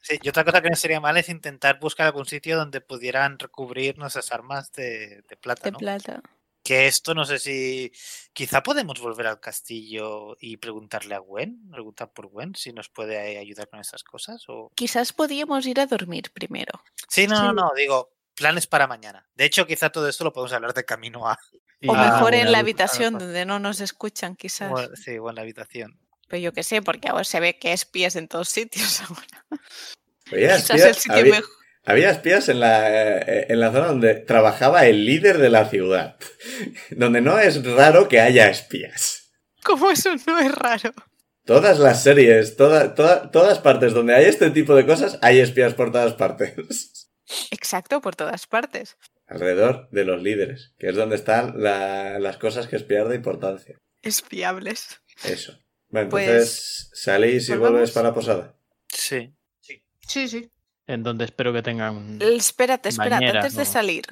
B: sí, y otra cosa que no sería mal es intentar buscar algún sitio donde pudieran recubrir nuestras armas de, de plata,
E: De
B: ¿no?
E: plata.
B: Que esto no sé si. Quizá podemos volver al castillo y preguntarle a Gwen, preguntar por Gwen, si nos puede eh, ayudar con estas cosas. O...
E: Quizás podíamos ir a dormir primero.
B: Sí, no, no, no, digo, planes para mañana. De hecho, quizá todo esto lo podemos hablar de camino a.
E: O
B: Ah,
E: mejor en
B: bueno,
E: la
B: claro,
E: habitación
B: claro.
E: donde no nos escuchan, quizás.
B: o- sí, o en la habitación.
E: Pero yo qué sé, porque ahora se ve que hay espías en todos sitios ahora.
A: Había
E: Quizás el
A: espías,
E: sitio
A: había-
E: mejor.
A: había espías en la, eh, en la zona donde trabajaba el líder de la ciudad. Donde no es raro que haya espías.
E: Como eso no es raro.
A: Todas las series, toda- toda- todas partes donde hay este tipo de cosas, hay espías por todas partes.
E: Exacto, por todas partes.
A: Alrededor de los líderes, que es donde están la- las cosas que espiar de importancia.
E: Espiables.
A: Eso. Bueno,
E: Pues,
A: entonces salís y
E: volvamos.
A: vuelves para la posada.
B: Sí.
G: Sí, sí.
C: En donde espero que tengan...
E: Espérate, espérate,
C: Bañera,
E: antes de
C: no.
E: salir.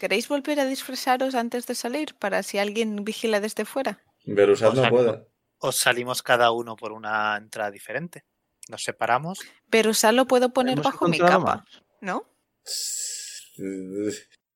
E: ¿Queréis volver a disfrazaros antes de salir para si alguien vigila desde fuera?
A: Berusat no
B: Exacto.
A: puede.
B: O salimos cada uno por una entrada diferente. Nos separamos.
E: Pero ya lo puedo poner
C: Hemos
E: bajo mi
C: encontrado
E: capa,
C: más.
E: ¿no?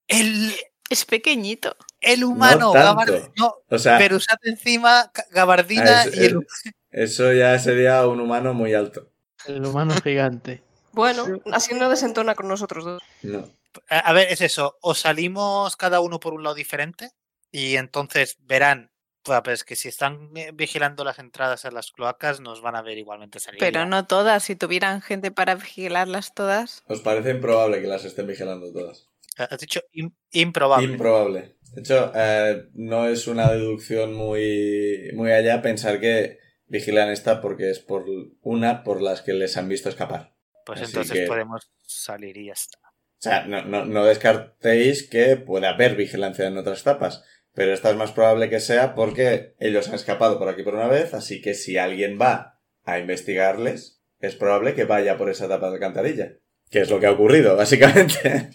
B: El,
E: Es pequeñito.
B: el humano,
A: tanto.
B: Gabar- no,
A: O sea,
B: pero usad encima ca- gabardina
A: Ah, es-
B: y el-
A: eso ya sería un humano muy alto.
C: El humano gigante.
G: Bueno, así no desentona con nosotros dos.
A: No.
B: A a ver, es eso. O salimos cada uno por un lado diferente y entonces verán. Pues pues, que si están eh, vigilando las entradas a las cloacas, nos van a ver igualmente salir.
E: Pero
B: ya.
E: no todas, si tuvieran gente para vigilarlas todas.
A: ¿Os parece improbable que las estén vigilando todas?
B: Ah, Has dicho im- improbable.
A: Improbable. De hecho, eh, no es una deducción muy, muy allá pensar que vigilan esta porque es por una por las que les han visto escapar.
B: pues
A: así
B: entonces
A: que-
B: podemos salir y ya está.
A: O sea, no, no, no descartéis que pueda haber vigilancia en otras etapas, pero esta es más probable que sea porque ellos han escapado por aquí por una vez, así que si alguien va a investigarles, es probable que vaya por esa etapa de alcantarilla. Que es lo que ha ocurrido, básicamente.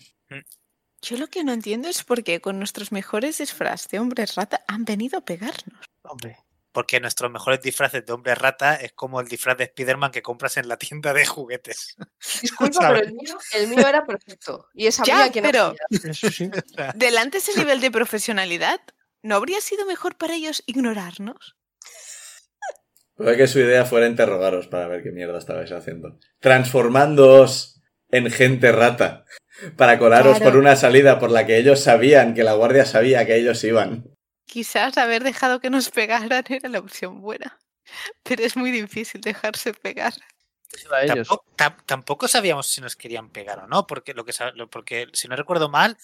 E: Yo lo que no entiendo es por qué con nuestros mejores disfraz de hombres rata han venido a pegarnos.
C: Hombre.
B: Porque nuestros mejores disfraces de hombre rata es como el disfraz de Spider-Man que compras en la tienda de juguetes.
G: Disculpa,
B: ¿Sabes?
G: pero el mío, el mío era perfecto. Y es
E: Ya,
G: había quien
E: pero
G: hacía.
C: Eso sí.
E: delante ese nivel de profesionalidad, ¿no habría sido mejor para ellos ignorarnos?
A: Puede que su idea fuera interrogaros para ver qué mierda estabais haciendo. Transformándoos en gente rata. Para colaros
E: Claro.
A: por una salida por la que ellos sabían, que la guardia sabía que ellos iban.
E: Quizás haber dejado que nos pegaran era la opción buena, pero es muy difícil dejarse pegar.
C: A ellos.
B: Tampoco, tam- tampoco sabíamos si nos querían pegar o no, porque lo que sa- lo- porque si no recuerdo mal,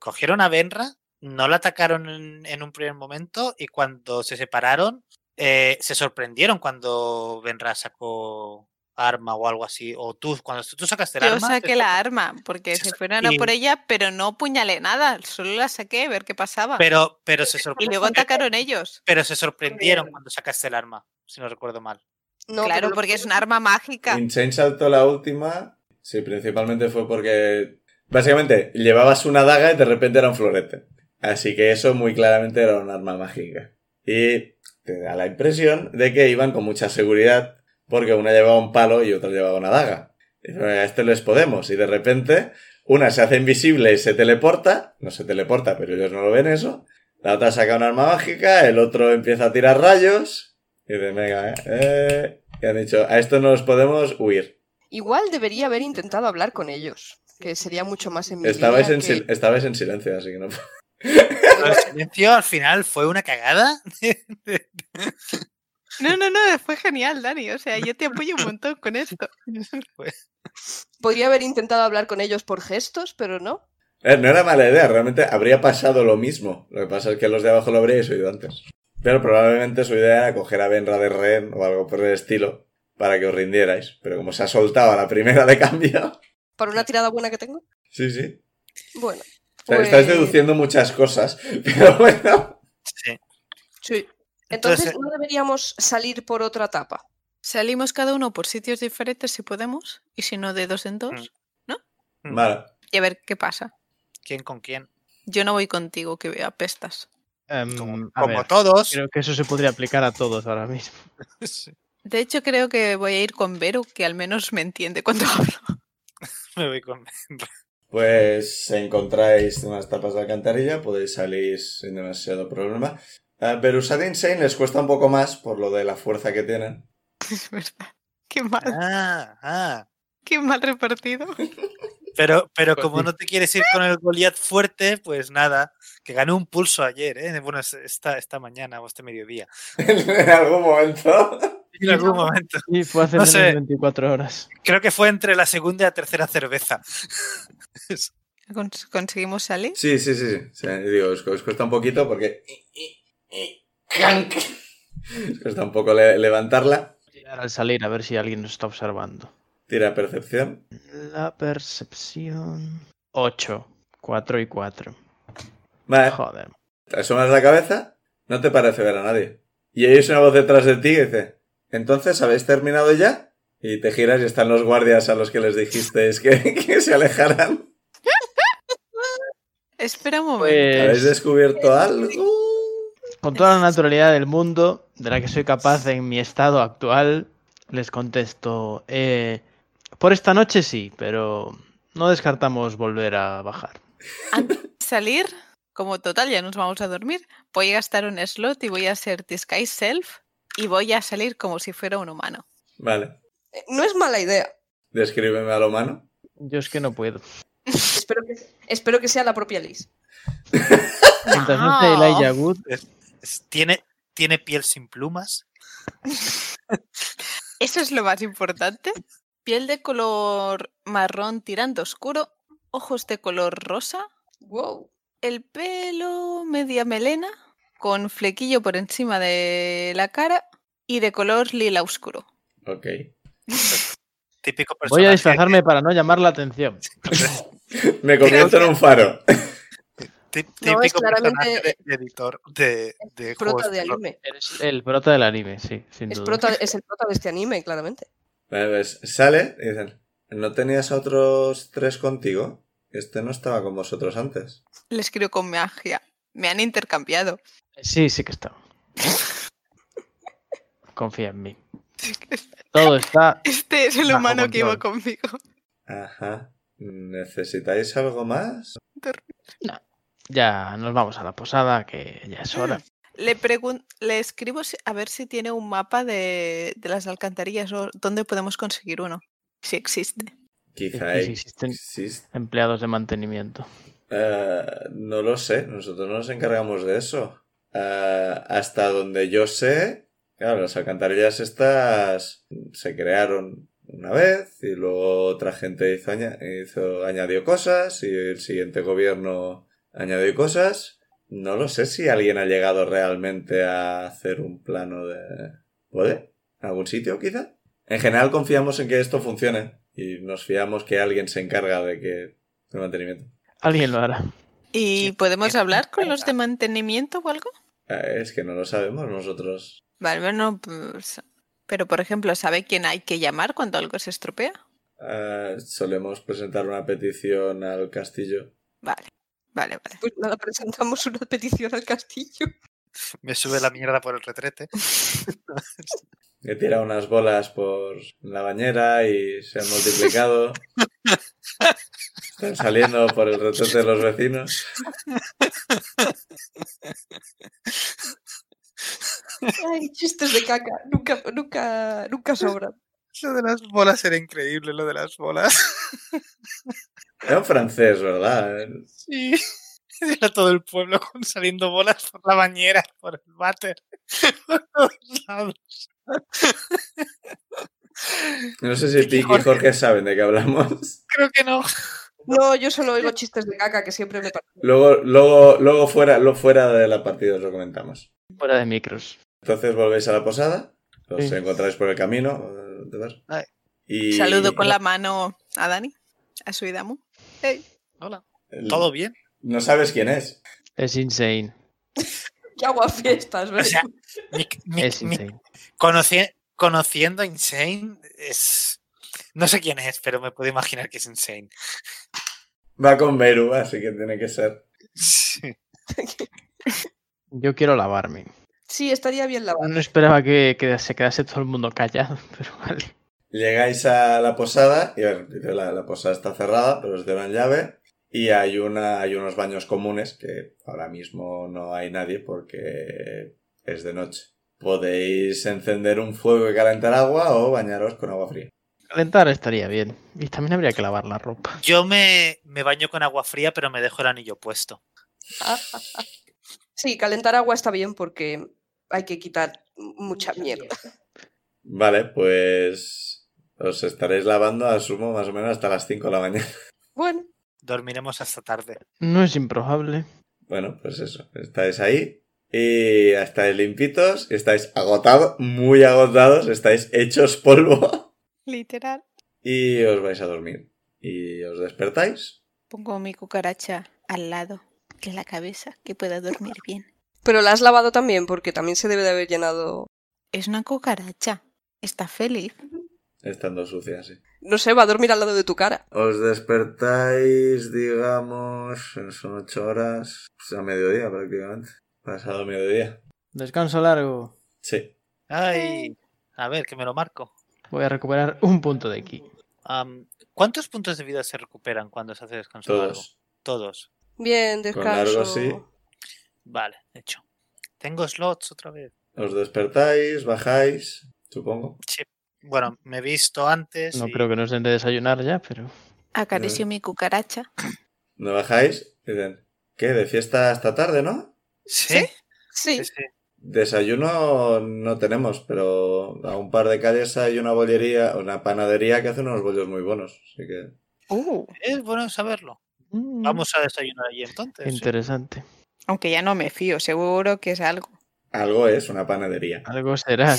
B: cogieron a Benra, no la atacaron en, en un primer momento y cuando se separaron eh, se sorprendieron cuando Benra sacó arma o algo así. O tú, cuando tú sacaste el
E: Yo
B: arma.
E: saqué
B: te-
E: la arma, porque
B: Sí,
E: se
B: sí.
E: fueron a
B: Y-
E: por ella, pero no puñalé nada, solo la saqué a ver qué pasaba.
B: Pero, pero, se
E: y
B: sorpre-
E: luego eh, atacaron ellos.
B: pero se sorprendieron cuando sacaste el arma, si no recuerdo mal.
G: No, pero
E: claro,
G: lo-
E: porque es un arma mágica.
A: Insane saltó la última. Sí, principalmente fue porque. Básicamente, llevabas una daga y de repente era un florete. Así que eso muy claramente era un arma mágica. Y te da la impresión de que iban con mucha seguridad porque una llevaba un palo y otra llevaba una daga. Y dijeron, a este les podemos. Y de repente, una se hace invisible y se teleporta. No se teleporta, pero ellos no lo ven eso. La otra saca un arma mágica, el otro empieza a tirar rayos. Y dice, venga, eh, eh. Y han dicho, a esto nos podemos huir.
G: Igual debería haber intentado hablar con ellos, que sería mucho más en mi
A: Estabais
G: línea
A: en,
G: que-
A: sil- estabais en silencio, así que no.
B: Pero el silencio al final fue una cagada.
E: No, no, no, fue genial, Dani. O sea, yo te apoyo un montón con esto.
G: Podría haber intentado hablar con ellos por gestos, pero no.
A: Eh, no era mala idea, realmente habría pasado lo mismo. Lo que pasa es que los de abajo lo habríais oído antes. Pero probablemente su idea era coger a Benra de rehén o algo por el estilo para que os rindierais. Pero como se ha soltado a la primera de cambio.
G: Para una tirada buena que tengo.
A: Sí, sí.
G: Bueno.
A: O sea, Estáis
G: pues-
A: deduciendo muchas cosas, pero bueno.
B: Sí.
G: Sí.
B: Entonces,
G: Entonces, no deberíamos salir por otra tapa.
E: Salimos cada uno por sitios diferentes si podemos, y si no, de dos
C: Mm.
E: en dos.
B: Hmm.
A: Vale.
E: Y a ver qué pasa.
B: ¿Quién con quién?
C: Mm,
E: Yo no voy contigo, que apestas.
C: Em,
B: Como,
C: a
B: como
C: ver,
B: todos.
C: creo que eso se podría aplicar a todos ahora mismo.
B: Sí.
E: De hecho, creo que voy a ir con Vero, que al menos me entiende cuando hablo.
B: Me voy con.
A: Pues encontráis unas tapas de alcantarilla, podéis salir sin demasiado problema. A Berusad Insane les cuesta un poco más por lo de la fuerza que tienen.
E: Es verdad. Qué mal,
B: Ah, ah.
E: qué mal repartido.
B: Pero, pero
C: Pues
B: como
C: sí.
B: no te quieres ir con el Goliath fuerte, pues nada. Que gané un pulso ayer, ¿eh? Bueno, es- esta, esta mañana o este mediodía.
A: en algún momento.
B: En algún momento.
C: Y fue hace
B: No
C: menos
B: sé.
C: de 24 horas.
B: Creo que fue entre la segunda y la tercera cerveza.
E: Cons- ¿Conseguimos salir?
A: Sí, sí, sí. sí. O sea, digo, os, os cuesta un poquito porque. ¡Canc! Os cuesta un poco le- levantarla.
C: Tirar al salir a ver si alguien nos está observando.
A: Tira percepción.
C: La percepción. 8. 4 y 4.
B: Eh.
A: Vale.
C: Joder.
A: Te asomas la cabeza, no te parece ver a nadie. Y oyes una voz detrás de ti que dice: ¿Entonces habéis terminado ya? Y te giras y están los guardias a los que les dijisteis que, que se alejaran.
E: Espera un momento.
A: ¿Habéis
C: Pues
A: descubierto algo?
C: con toda la naturalidad del mundo, de la que soy capaz en mi estado actual, les contesto. eh, por esta noche sí, pero no descartamos volver a bajar.
E: Antes de salir, como total ya nos vamos a dormir, voy a gastar un slot y voy a hacer Disguise Self y voy a salir como si fuera un humano.
A: Vale.
G: Eh, No es mala idea.
A: Descríbeme a lo humano.
C: Yo es que no puedo.
G: Espero que, espero que sea la propia Liz.
C: Mientras no esté
E: No.
C: Elijah Wood,
B: Es- Tiene, tiene piel sin plumas.
E: Eso es lo más importante. Piel de color marrón tirando oscuro, ojos de color rosa,
G: Wow.
E: el pelo media melena, con flequillo por encima de la cara y de color lila oscuro.
A: Ok.
B: Típico personaje.
C: voy a disfrazarme para no llamar la atención.
A: Me convierto en un faro.
B: Tí- Típico
G: No, es
B: personaje de,
G: claramente-
B: de editor de, de
G: Prota
B: juegos
G: de
B: rol.
G: anime.
C: Eres el prota del anime, sí, sin
G: Es,
C: duda.
G: prota- es el prota de este anime, claramente.
A: Vale, pues sale y dicen, ¿no tenías a otros tres contigo? Este no estaba con vosotros antes.
E: Le escribo con magia. Me han intercambiado.
C: Sí, sí que está. Confía en mí. Todo está.
E: Este es el
C: Bajo
E: humano que iba
C: control.
E: conmigo.
A: Ajá. ¿Necesitáis algo más?
C: Ya nos vamos a la posada, que ya es hora.
E: Le, pregun- le escribo si- a ver si tiene un mapa de, de las alcantarillas o dónde podemos conseguir uno, si existe.
A: Quizá
C: Y si existen
A: exist-
C: empleados de mantenimiento.
A: Eh, no lo sé, nosotros no nos encargamos de eso. Eh, hasta donde yo sé, claro, las alcantarillas estas se crearon una vez y luego otra gente hizo, aña- hizo- añadió cosas y el siguiente gobierno añadió cosas. No lo sé si alguien ha llegado realmente a hacer un plano de... ¿Puede? ¿En algún sitio quizá? En general confiamos en que esto funcione y nos fiamos que alguien se encarga de que el mantenimiento.
C: Alguien lo hará.
E: ¿Y
B: Sí,
E: podemos
B: bien.
E: hablar con los de mantenimiento o algo?
A: Ah, Es que no lo sabemos nosotros.
E: Vale, bueno, pues- pero por ejemplo, ¿sabe quién hay que llamar cuando algo se estropea?
A: Ah, solemos presentar una petición al castillo.
E: Vale, vale, vale.
G: Pues nada, presentamos una petición al castillo.
B: Me sube la mierda por el retrete.
A: Que tira unas bolas por la bañera y se han multiplicado. Están saliendo por el retrete de los vecinos.
G: Ay, chistes de caca. Nunca, nunca, nunca sobran.
B: Lo de las bolas era increíble, lo de las bolas.
A: Era un francés, ¿verdad?
B: Sí. Era todo el pueblo con- saliendo bolas por la bañera, por el váter, por todos lados.
A: No sé si Piki y
B: Jorge.
A: Jorge saben de qué hablamos.
B: Creo que no.
G: No, yo solo oigo chistes de caca que siempre me parecen.
A: Luego, luego, luego fuera, lo fuera de la partida os lo comentamos.
C: Fuera de micros.
A: Entonces volvéis a la posada, os
C: Sí.
A: encontráis por el camino. eh, de ver.
B: Vale.
A: Y
E: Saludo con la mano a Dani, a su Idamu. Hey,
B: Hola.
A: el-
B: ¿Todo bien?
A: No sabes quién es.
C: Es insane.
G: ¡Qué aguafiestas!
B: O
G: ¿ves?
B: sea, Nick- Nick-
C: Es
B: Nick-
C: insane.
B: conoci- conociendo a Insane, es. No sé quién es, pero me puedo imaginar que es Insane.
A: Va con Beru, así que tiene que ser.
B: Sí.
C: Yo quiero lavarme.
G: Sí, estaría bien lavado.
C: No esperaba que, que se quedase todo el mundo callado, pero vale.
A: Llegáis a la posada, y a ver, dice, la, la posada está cerrada, pero os dieron llave. Y hay, una, hay unos baños comunes que ahora mismo no hay nadie porque es de noche. Podéis encender un fuego y calentar agua o bañaros con agua fría.
C: Calentar estaría bien. Y también habría que lavar la ropa.
B: Yo me, me baño con agua fría, pero me dejo el anillo puesto.
G: Sí, calentar agua está bien porque hay que quitar mucha mierda.
A: Vale, pues os estaréis lavando, asumo, más o menos hasta las 5 de la mañana.
G: Bueno,
B: Dormiremos hasta tarde.
C: No es improbable.
A: Bueno, pues eso, estáis ahí y estáis limpitos, estáis agotados, muy agotados, estáis hechos polvo
E: literal.
A: y os vais a dormir. Y os despertáis.
E: Pongo mi cucaracha al lado de la cabeza que pueda dormir bien.
G: pero la has lavado también porque también se debe de haber llenado.
E: Es una cucaracha. Está feliz.
A: Estando sucia, sí.
G: No sé, va a dormir al lado de tu cara.
A: Os despertáis, digamos, son ocho horas, pues a mediodía prácticamente. Pasado mediodía.
C: Descanso largo.
A: Sí.
B: Ay, a ver, que me lo marco.
C: Voy a recuperar un punto de aquí.
B: Am, ¿Cuántos puntos de vida se recuperan cuando se hace descanso largo?
A: Todos.
B: Todos.
G: Bien,
A: Con
G: descanso.
A: largo, sí.
B: Vale, hecho. Tengo slots otra vez.
A: Os despertáis, bajáis, supongo.
B: Bueno, me he visto antes.
C: No
B: y-
C: creo que nos den de desayunar ya, pero.
E: Acaricio mi cucaracha.
A: No bajáis, dicen, ¿qué? ¿De fiesta hasta tarde, no?
B: ¿Sí?
G: Sí,
B: Sí, sí.
A: Desayuno no tenemos, pero a un par de calles hay una bollería, una panadería que hace unos bollos muy buenos. Así que
E: Uh,
B: Es bueno saberlo.
C: mm,
B: Vamos a desayunar allí entonces. ¿eh? sí.
C: Interesante.
E: aunque ya no me fío, seguro que es algo.
A: algo es una panadería.
C: Algo será.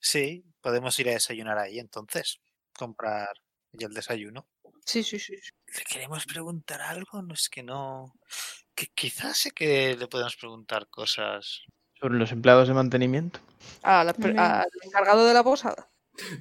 B: Sí, podemos ir a desayunar ahí entonces. Comprar ya el desayuno.
G: sí, sí, sí. sí.
B: ¿Le queremos preguntar algo? No es que no. Que quizás sé que le podemos preguntar cosas.
C: Sobre los empleados de mantenimiento.
G: A la per-
E: Bien.
G: Al encargado de la posada.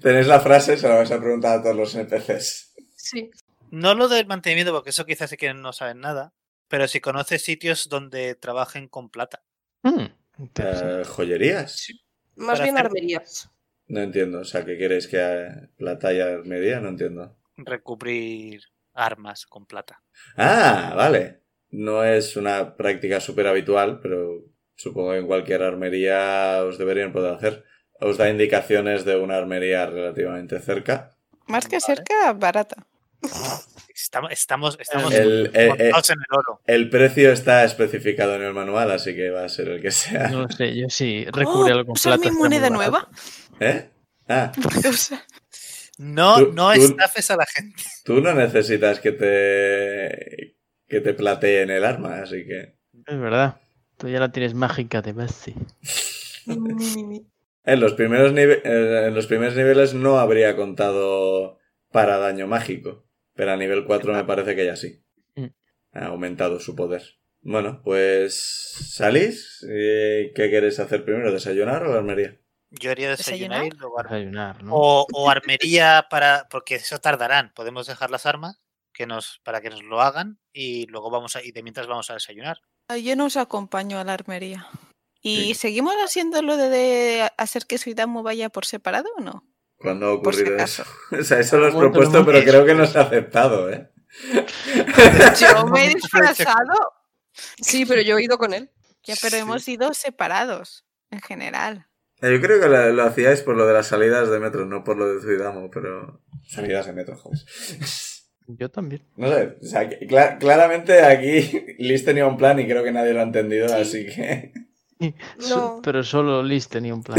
A: Tenéis la frase, se la vais a preguntar a todos los NPCs.
G: Sí.
B: No lo del mantenimiento, porque eso quizás sé que no saben nada. Pero si conoces sitios donde trabajen con plata.
C: Mm, interesante.
A: Eh, ¿Joyerías?
G: Más
B: Para
G: bien
B: hacer-
G: armerías.
A: No entiendo, o sea, ¿qué queréis que eh, la talla media? No entiendo.
B: Recubrir armas con plata.
A: Ah, vale. No es una práctica súper habitual, pero supongo que en cualquier armería os deberían poder hacer. Os da indicaciones de una armería relativamente cerca.
E: Más que
B: Vale.
E: cerca, barata.
B: Estamos, estamos, estamos
A: El, eh, eh,
B: montados en el oro.
A: el precio está especificado en el manual, así que va a ser el que sea.
C: No lo sé, yo sí. Recubre
E: Oh,
C: algo con
E: Eh. ¿usar
C: plata,
E: mi
C: está muy
E: moneda
C: barato.
E: nueva?
A: ¿Eh? Ah,
E: Puedo usar-
B: No,
A: Tú-
B: no
A: tú-
B: estafes a la gente.
A: tú no necesitas que te que te plateen el arma, así que
C: Es verdad. Tú ya la tienes mágica de base.
G: Ni, ni, ni, ni.
A: En los primeros, nive- eh, en los primeros niveles no habría contado para daño mágico, pero a nivel 4 me parece que ya sí.
C: Mm.
A: Ha aumentado su poder. Bueno, pues salís. Eh, ¿Qué queréis hacer primero? ¿Desayunar o la armería?
B: Yo haría desayunar,
E: ¿Desayunar?
B: y luego armería.
C: Desayunar,
E: Oh.
C: ¿no?
B: O, o armería para. Porque eso tardarán. Podemos dejar las armas que nos, para que nos lo hagan y luego vamos a. Y de mientras vamos a desayunar.
E: Ah, Yo no os acompaño a la armería.
A: Sí.
E: ¿Y seguimos haciendo lo de, de hacer que Suidamu vaya por separado o no?
A: ¿Cuándo ha
E: Por si
A: ocurrido
E: acaso.
A: eso? O sea, eso lo has
C: Un momento,
A: propuesto,
C: un
A: pero
B: momento.
A: creo que no se ha aceptado, ¿eh?
B: Vamos
E: Yo me he
B: a ver si-
E: disfrazado.
G: Sí, pero yo he ido con él.
E: Ya, pero
A: Sí.
E: hemos ido separados en general.
A: Eh, Yo creo que lo, lo hacíais por lo de las salidas de metro, no por lo de Zuidamo, pero... Salidas de metro, joder.
C: Yo también.
A: No sé, o sea, que cla- claramente aquí Liz tenía un plan y creo que nadie lo ha entendido,
G: Sí.
A: así que...
C: So-
G: No.
C: Pero solo Liz tenía un plan.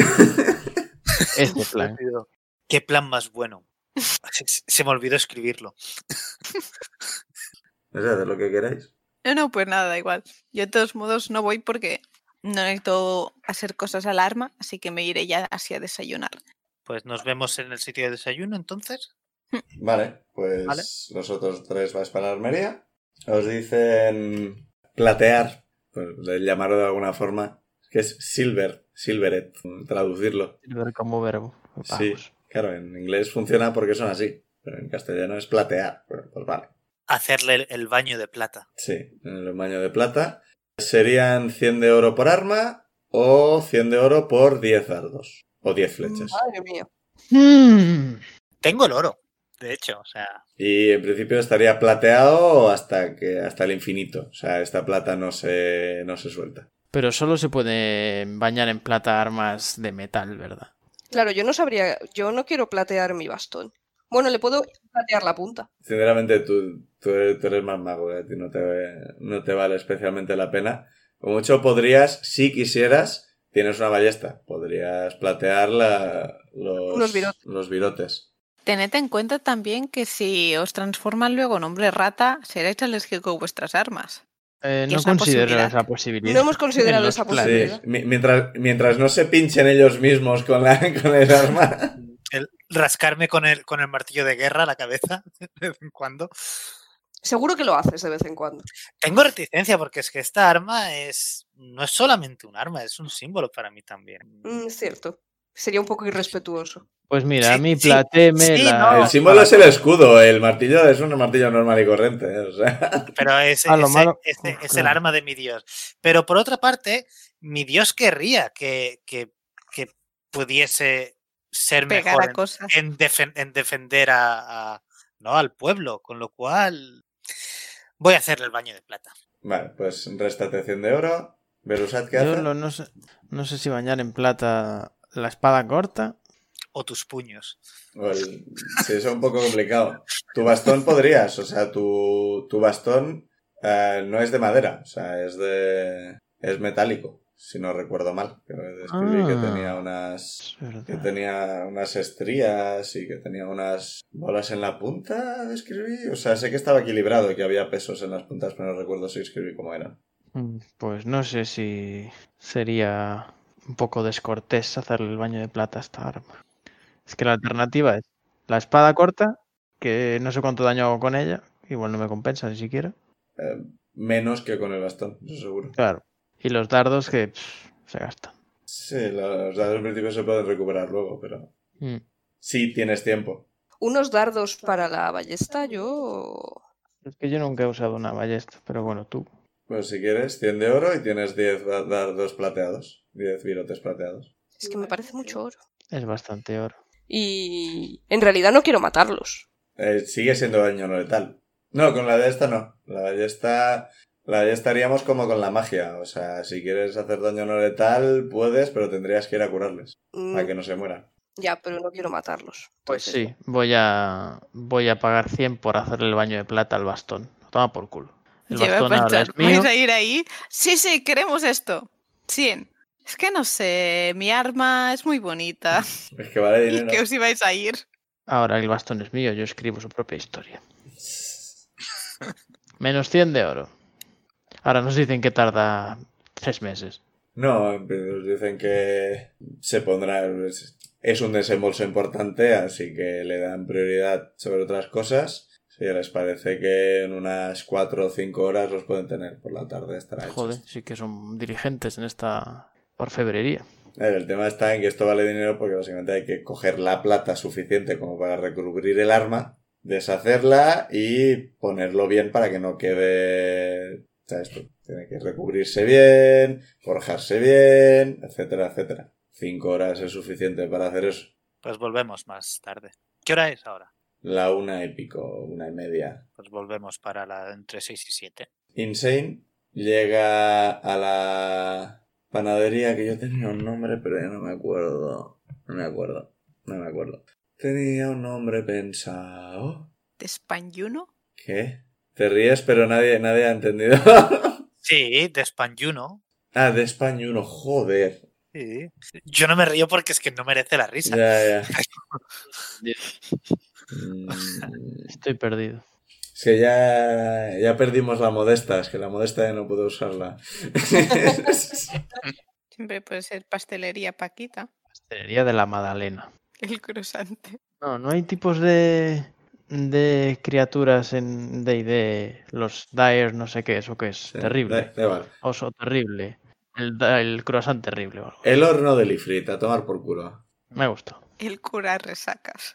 C: este plan.
B: ¿Qué plan más bueno? Se, se me olvidó escribirlo.
A: No sé, haced lo que queráis.
E: No, no, pues nada, da igual. Yo de todos modos no voy porque no necesito hacer cosas al arma, así que me iré ya hacia desayunar.
B: Pues nos vemos en el sitio de desayuno entonces.
A: Vale, pues
B: Vale.
A: los otros tres vais para la armería. Os dicen platear, pues de- llamarlo de alguna forma, que es silver, silveret, traducirlo.
C: Silver como verbo.
A: Sí,
C: Vamos.
A: claro, en inglés funciona porque son así, pero en castellano es platear, bueno, pues vale.
B: Hacerle el, el baño de plata.
A: Sí, en el baño de plata. Serían 100 de oro por arma o 100 de oro por 10 dardos. O 10 flechas.
G: Madre mía.
C: Mm.
B: Tengo el oro, de hecho. O sea,
A: Y en principio estaría plateado hasta que hasta el infinito. O sea, esta plata no se, no se suelta.
C: Pero solo se puede bañar en plata armas de metal, ¿verdad?
G: Claro, yo no sabría, yo no quiero platear mi bastón. Bueno, le puedo platear la punta.
A: Sinceramente, tú, tú eres, tú eres más mago, ¿eh? A ti no te, no te vale especialmente la pena. Como mucho podrías, si quisieras, tienes una ballesta. Podrías platear la- los,
G: Los virotes.
A: los virotes.
E: Tened en cuenta también que si os transforman luego en hombre rata, seréis alérgico a vuestras armas.
C: Eh,
E: Y
C: no
E: es una
C: considero
E: posibilidad.
C: esa posibilidad.
G: No hemos
C: En
G: considerado
C: los
G: esa
C: planes.
A: Sí,
G: posibilidad.
A: mi- mientras, mientras no se pinchen ellos mismos con, la, con el arma.
B: el rascarme con el, con el martillo de guerra a la cabeza de vez en cuando.
G: Seguro que lo haces de vez en cuando.
B: Tengo reticencia porque es que esta arma es no es solamente un arma, es un símbolo para mí también.
G: Mm, es cierto. Sería un poco irrespetuoso.
C: Pues mira, a
B: Sí,
C: mí
B: sí,
C: plateme
B: sí,
C: la...
B: no.
A: El símbolo es el escudo, el martillo es un martillo normal y corriente. ¿eh? O sea,
B: Pero es,
C: Ah, lo
B: es-
C: malo-
B: es-
C: Uf,
B: es el
C: claro.
B: arma de mi dios. Pero por otra parte, mi dios querría que, que, que pudiese ser
E: Pegar
B: mejor
E: a
B: en-
E: cosas.
B: en, defen- en defender a, a- ¿no? al pueblo, con lo cual voy a hacerle el baño de plata.
A: vale, pues réstate 100 de oro. Verusat, ¿qué
C: Yo
A: hace?
C: lo- no, sé, no sé si bañar en plata la espada corta.
B: O tus puños.
A: O el- Sí, eso es un poco complicado. Tu bastón podrías, o sea, tu, tu bastón eh, no es de madera, o sea, es de. es metálico, si no recuerdo mal. Pero descubrí que
C: Ah.
A: tenía unas.
C: Es verdad.
A: que tenía unas estrías y que tenía unas bolas en la punta, escribí. O sea, sé que estaba equilibrado y que había pesos en las puntas, pero no recuerdo si escribí cómo eran.
C: Mm, Pues no sé si sería un poco descortés hacerle el baño de plata a esta arma. Es que la alternativa es la espada corta, que no sé cuánto daño hago con ella, igual no me compensa ni siquiera.
A: Eh, menos que con el bastón, eso seguro.
C: Claro. Y los dardos que pff, se gastan.
A: Sí, los dados al principio se pueden recuperar luego, pero...
C: Mm.
A: Sí, tienes tiempo.
G: Unos dardos para la ballesta, yo.
C: Es que yo nunca he usado una ballesta, pero bueno, tú.
A: Pues si quieres, 100 de oro y tienes 10 da- dardos plateados. 10 virotes plateados.
G: Es que me parece mucho oro.
C: Es bastante oro.
G: Y en realidad no quiero matarlos.
A: Eh, sigue siendo daño no letal. No, con la ballesta no. La ballesta... La ballesta haríamos como con la magia. O sea, si quieres hacer daño no letal, puedes, pero tendrías que ir a curarles.
G: Mm,
A: Para que no se mueran.
G: Ya, pero no quiero matarlos.
C: Pues
G: Entonces,
C: sí, voy a voy a pagar 100 por hacerle el baño de plata al bastón. Toma por culo. El
E: Yo iba a
C: bastón ahora
E: pensar,
C: es mío.
E: ¿Vais a ir ahí? Sí, sí, queremos esto. 100. Es que no sé, mi arma es muy bonita.
A: Es que vale
E: ¿Y
A: dinero.
E: que os ibais a ir?
C: Ahora el bastón es mío, yo escribo su propia historia. Menos 100 de oro. Ahora nos dicen que tarda tres meses.
A: No, nos dicen que se pondrá. Es, es un desembolso importante, así que le dan prioridad sobre otras cosas. Si les parece que en unas 4 o 5 horas los pueden tener por la tarde, estará hecho.
C: Joder, sí que son dirigentes en esta orfebrería.
A: A ver, El tema está en que esto vale dinero porque básicamente hay que coger la plata suficiente como para recubrir el arma, deshacerla y ponerlo bien para que no quede... O sea, esto tiene que recubrirse bien, forjarse bien, etcétera, etcétera. Cinco horas es suficiente para hacer eso.
B: Pues volvemos más tarde. ¿Qué hora es ahora?
A: La una y pico, una y media.
B: Pues volvemos para la entre 6 y 7.
A: Insane llega a la panadería que yo tenía un nombre, pero ya no me acuerdo. No me acuerdo. No me acuerdo. Tenía un nombre pensado.
E: ¿De Spanyuno?
A: ¿Qué? Te ríes, pero nadie, nadie ha entendido.
B: Sí, de Spanyuno.
A: ah, de Españuno, joder.
B: Sí. Yo no me río porque es que no merece la risa.
A: Ya, ya. Mm.
C: Estoy perdido.
A: Es que ya, ya perdimos la modesta, es que la modesta ya no puedo usarla.
E: Siempre puede ser pastelería Paquita,
C: Pastelería de la Madalena.
E: el cruzante.
C: No, no hay tipos de, de criaturas en D&D, los Dire, no sé qué, eso que es terrible.
A: Da- da igual.
C: Oso terrible. El, da- el croissant terrible o algo.
A: El horno del Ifrit, a tomar por culo.
C: Me gustó.
E: El cura resacas.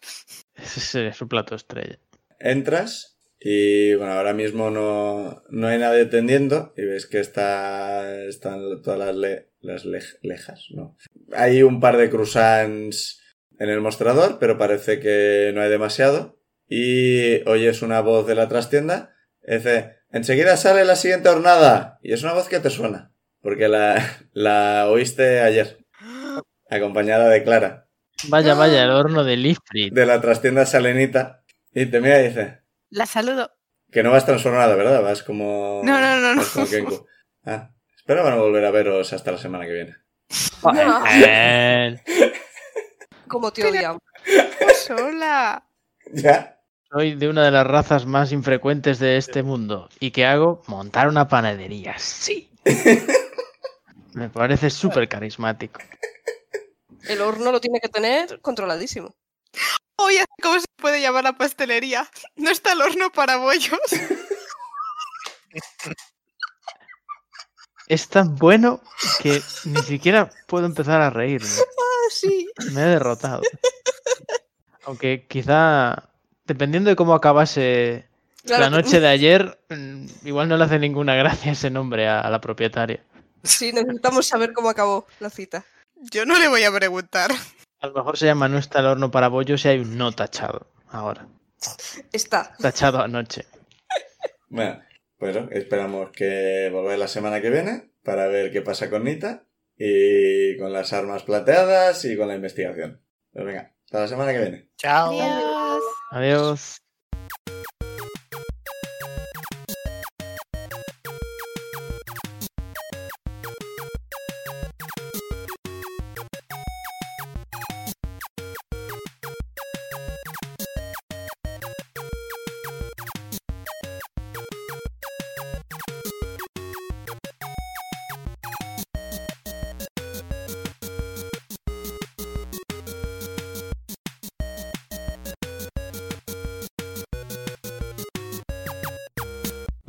C: Ese sería su plato estrella.
A: Entras y bueno, ahora mismo no, no hay nadie atendiendo y ves que está, están todas las, le- las lej- lejas, ¿no? Hay un par de croissants en el mostrador, pero parece que no hay demasiado. Y oyes una voz de la trastienda. Dice, enseguida sale la siguiente hornada. Y es una voz que te suena, porque la, la oíste ayer, acompañada de Clara
C: Vaya, vaya, el horno de Ifrit.
A: de la trastienda salenita y te mira y dice
E: La saludo.
A: que no vas transformada, ¿verdad? Vas como...
E: No, no, no,
A: vas
E: no.
A: como Kenku. Ah, espero no volver a veros hasta la semana que viene.
B: Eh,
C: Joder.
G: Como te odiamos.
E: Pues hola.
A: ¿Ya?
C: Soy de una de las razas más infrecuentes de este mundo. ¿Y qué hago? Montar una panadería. Sí. Me parece súper carismático.
G: El horno lo tiene que tener controladísimo.
E: Oye, Oh, ¿cómo se puede llamar la pastelería? No está el horno para bollos.
C: Es tan bueno que ni siquiera puedo empezar a reírme.
E: Ah, sí.
C: Me he derrotado. Aunque quizá, dependiendo de cómo acabase
G: Claro
C: la
G: que-
C: noche de ayer, mm, igual no le hace ninguna gracia ese nombre a, a la propietaria.
G: Sí, necesitamos saber cómo acabó la cita.
E: Yo no le voy a preguntar.
C: A lo mejor se llama No está el horno para bollos y hay un no tachado ahora.
G: Está.
C: Tachado anoche.
A: Bueno, bueno, esperamos que volváis la semana que viene para ver qué pasa con Nita y con las armas plateadas y con la investigación. Pues venga, hasta la semana que viene.
B: Chao.
E: Adiós.
C: Adiós.